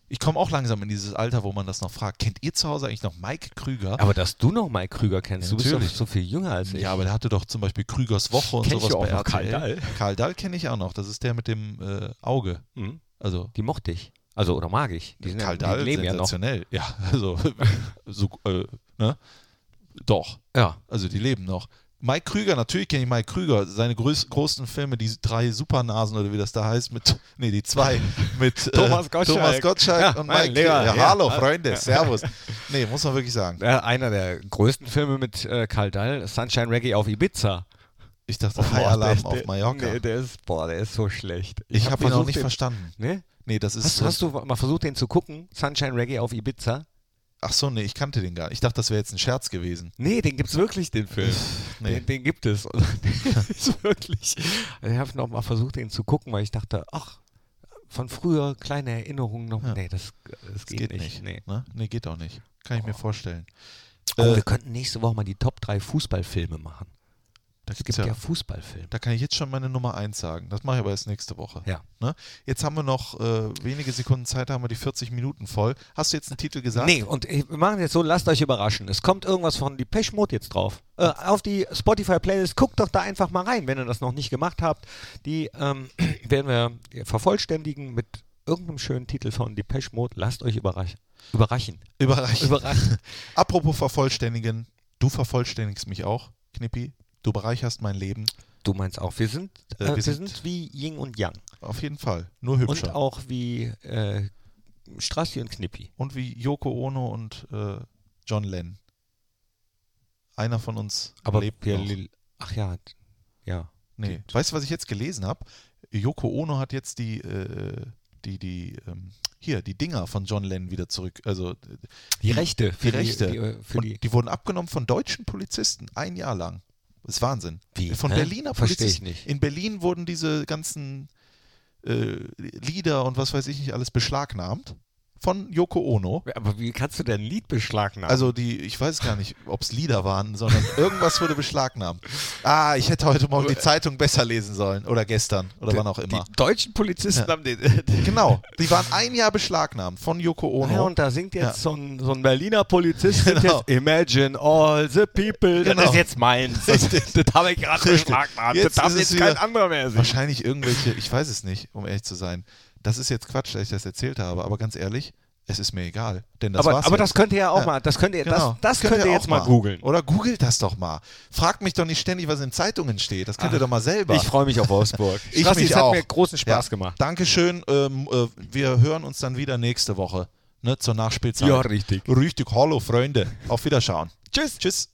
Speaker 2: Ich komme auch langsam in dieses Alter, wo man das noch fragt. Kennt ihr zu Hause eigentlich noch Mike Krüger?
Speaker 1: Aber dass du noch Mike Krüger kennst,
Speaker 2: Ja,
Speaker 1: du bist doch
Speaker 2: natürlich.
Speaker 1: so viel jünger als ich.
Speaker 2: ja, aber der hatte doch zum Beispiel Krügers Woche und
Speaker 1: Kenn ich
Speaker 2: sowas
Speaker 1: ja auch
Speaker 2: bei
Speaker 1: noch
Speaker 2: RTL.
Speaker 1: Karl Dahl.
Speaker 2: Karl Dahl kenne ich auch noch. Das ist der mit dem äh, Auge.
Speaker 1: Mhm.
Speaker 2: Also
Speaker 1: Die mochte ich. Also, oder mag ich. Die, sind
Speaker 2: Karl
Speaker 1: ja,
Speaker 2: Dahl,
Speaker 1: die leben ja noch.
Speaker 2: sensationell. Ja, [LAUGHS] also so, äh, ne? Doch.
Speaker 1: Ja.
Speaker 2: Also die leben noch. Mike Krüger, natürlich kenne ich Mike Krüger. Seine größ großen Filme, die drei Supernasen oder wie das da heißt, mit, nee, die
Speaker 1: [LAUGHS]
Speaker 2: zwei, mit äh,
Speaker 1: Thomas Gottschalk.
Speaker 2: Thomas Gottschalk
Speaker 1: Ja,
Speaker 2: und
Speaker 1: mein
Speaker 2: Mike
Speaker 1: Lieber,
Speaker 2: Krüger. Ja,
Speaker 1: ja.
Speaker 2: hallo, Freunde, Servus. Nee, muss man wirklich sagen.
Speaker 1: Äh, einer der größten Filme mit äh, Karl Dahl, Sunshine Reggae auf Ibiza.
Speaker 2: Ich dachte, High Alarm
Speaker 1: der-
Speaker 2: Oh, auf
Speaker 1: der-
Speaker 2: Mallorca.
Speaker 1: Nee, der ist, boah, der ist so schlecht.
Speaker 2: ich
Speaker 1: hab
Speaker 2: habe ihn auch
Speaker 1: versucht,
Speaker 2: nicht
Speaker 1: den-
Speaker 2: verstanden.
Speaker 1: Nee?
Speaker 2: Nee, das ist.
Speaker 1: Hast, hast du mal versucht, den zu gucken? Sunshine Reggae auf Ibiza?
Speaker 2: ach so, nee, ich kannte den gar nicht. Ich dachte, das wäre jetzt ein Scherz gewesen.
Speaker 1: Nee, den gibt's wirklich, den Film.
Speaker 2: Nee.
Speaker 1: Den, den gibt es. [LAUGHS] Und das ist wirklich. Also Ich habe noch mal versucht, den zu gucken, weil ich dachte, ach, von früher kleine Erinnerungen noch. Nee, das, das
Speaker 2: Geht,
Speaker 1: geht,
Speaker 2: nicht.
Speaker 1: Nee.
Speaker 2: Ne? nee, geht auch nicht. Kann ich mir vorstellen.
Speaker 1: Oh,
Speaker 2: Äh,
Speaker 1: wir könnten nächste Woche mal die Top 3 Fußballfilme machen.
Speaker 2: da
Speaker 1: Es gibt ja, Fußballfilme.
Speaker 2: Da kann ich jetzt schon meine Nummer 1 sagen. Das mache ich aber erst nächste Woche.
Speaker 1: Ja.
Speaker 2: Ne? Jetzt haben wir noch äh, wenige Sekunden Zeit, haben wir die 40 Minuten voll. Hast du jetzt einen Titel gesagt?
Speaker 1: Nee, und ich- wir machen jetzt so, lasst euch überraschen. Es kommt irgendwas von Depeche Mode jetzt drauf. Äh, auf die Spotify-Playlist, guckt doch da einfach mal rein, wenn ihr das noch nicht gemacht habt. Die ähm, [CLEARS THROAT] werden wir vervollständigen mit irgendeinem schönen Titel von Depeche Mode. Lasst euch überraschen. Überraschen.
Speaker 2: Überraschend.
Speaker 1: Überraschen.
Speaker 2: Apropos vervollständigen. Du vervollständigst mich auch, Knippi. Du bereicherst mein Leben.
Speaker 1: Du meinst auch, wir sind,
Speaker 2: Äh,
Speaker 1: äh,
Speaker 2: wir
Speaker 1: wir
Speaker 2: sind-
Speaker 1: sind, wie Yin und Yang.
Speaker 2: Auf jeden Fall. Nur hübscher.
Speaker 1: Und auch wie äh, Strassi und Knippi.
Speaker 2: Und wie Yoko Ono und äh, John Lennon. Einer von uns
Speaker 1: Aber
Speaker 2: lebt
Speaker 1: wir,
Speaker 2: noch.
Speaker 1: Ach ja, d- ja.
Speaker 2: Nee. Weißt du, was ich jetzt gelesen habe? Yoko Ono hat jetzt die, äh, die, die, ähm, hier, die Dinger von John Lennon wieder zurück. Also äh,
Speaker 1: Die Rechte.
Speaker 2: die Rechte.
Speaker 1: Die, die, äh, für
Speaker 2: und
Speaker 1: die,
Speaker 2: die wurden abgenommen von deutschen Polizisten, ein Jahr lang. Das ist Wahnsinn.
Speaker 1: Wie,
Speaker 2: Von
Speaker 1: hä?
Speaker 2: Berliner
Speaker 1: Versteh ich
Speaker 2: Polizisten.
Speaker 1: nicht.
Speaker 2: In Berlin wurden diese ganzen äh, Lieder und was weiß ich nicht alles beschlagnahmt von Yoko Ono.
Speaker 1: Aber wie kannst du denn ein Lied beschlagnahmen?
Speaker 2: Also die, ich weiß gar nicht, ob es Lieder waren,
Speaker 1: [LAUGHS]
Speaker 2: sondern irgendwas wurde beschlagnahmt. Ah, ich hätte heute Morgen die Zeitung besser lesen sollen oder gestern oder wann auch immer.
Speaker 1: Die deutschen Polizisten haben den. [LAUGHS]
Speaker 2: Genau, die waren ein Jahr beschlagnahmt von Yoko Ono.
Speaker 1: Ja, und da singt jetzt
Speaker 2: Genau. Ja.
Speaker 1: so, ein, so ein Berliner Polizist singt
Speaker 2: Genau.
Speaker 1: jetzt Imagine all the people.
Speaker 2: Genau.
Speaker 1: Das ist
Speaker 2: [LAUGHS]
Speaker 1: jetzt meins. Das,
Speaker 2: Richtig.
Speaker 1: das habe ich gerade
Speaker 2: Richtig.
Speaker 1: beschlagnahmt.
Speaker 2: Jetzt
Speaker 1: das darf
Speaker 2: ist es
Speaker 1: jetzt
Speaker 2: wieder-
Speaker 1: kein anderer mehr singen.
Speaker 2: Also Wahrscheinlich irgendwelche, ich weiß es nicht, um ehrlich zu sein. Das ist jetzt Quatsch, dass ich das erzählt habe, aber ganz ehrlich, es ist mir egal. Denn das
Speaker 1: aber
Speaker 2: war's
Speaker 1: aber
Speaker 2: jetzt.
Speaker 1: das könnt ihr ja auch
Speaker 2: Ja.
Speaker 1: mal. Das könnt ihr,
Speaker 2: Genau.
Speaker 1: das, das könnt, ihr
Speaker 2: auch
Speaker 1: jetzt mal googeln.
Speaker 2: Oder googelt das doch mal. Fragt mich doch nicht ständig, was in Zeitungen steht. Das könnt ihr doch mal selber.
Speaker 1: Ah, Ich freue mich auf Wolfsburg.
Speaker 2: Ich
Speaker 1: Strassi,
Speaker 2: mich
Speaker 1: es hat
Speaker 2: auch.
Speaker 1: mir großen Spaß
Speaker 2: Ja.
Speaker 1: gemacht.
Speaker 2: Dankeschön. Ähm, äh, wir hören uns dann wieder nächste Woche ne, zur Nachspielzeit.
Speaker 1: Ja, richtig.
Speaker 2: Richtig. Hallo, Freunde. Auf Wiederschauen.
Speaker 1: Tschüss.
Speaker 2: Tschüss.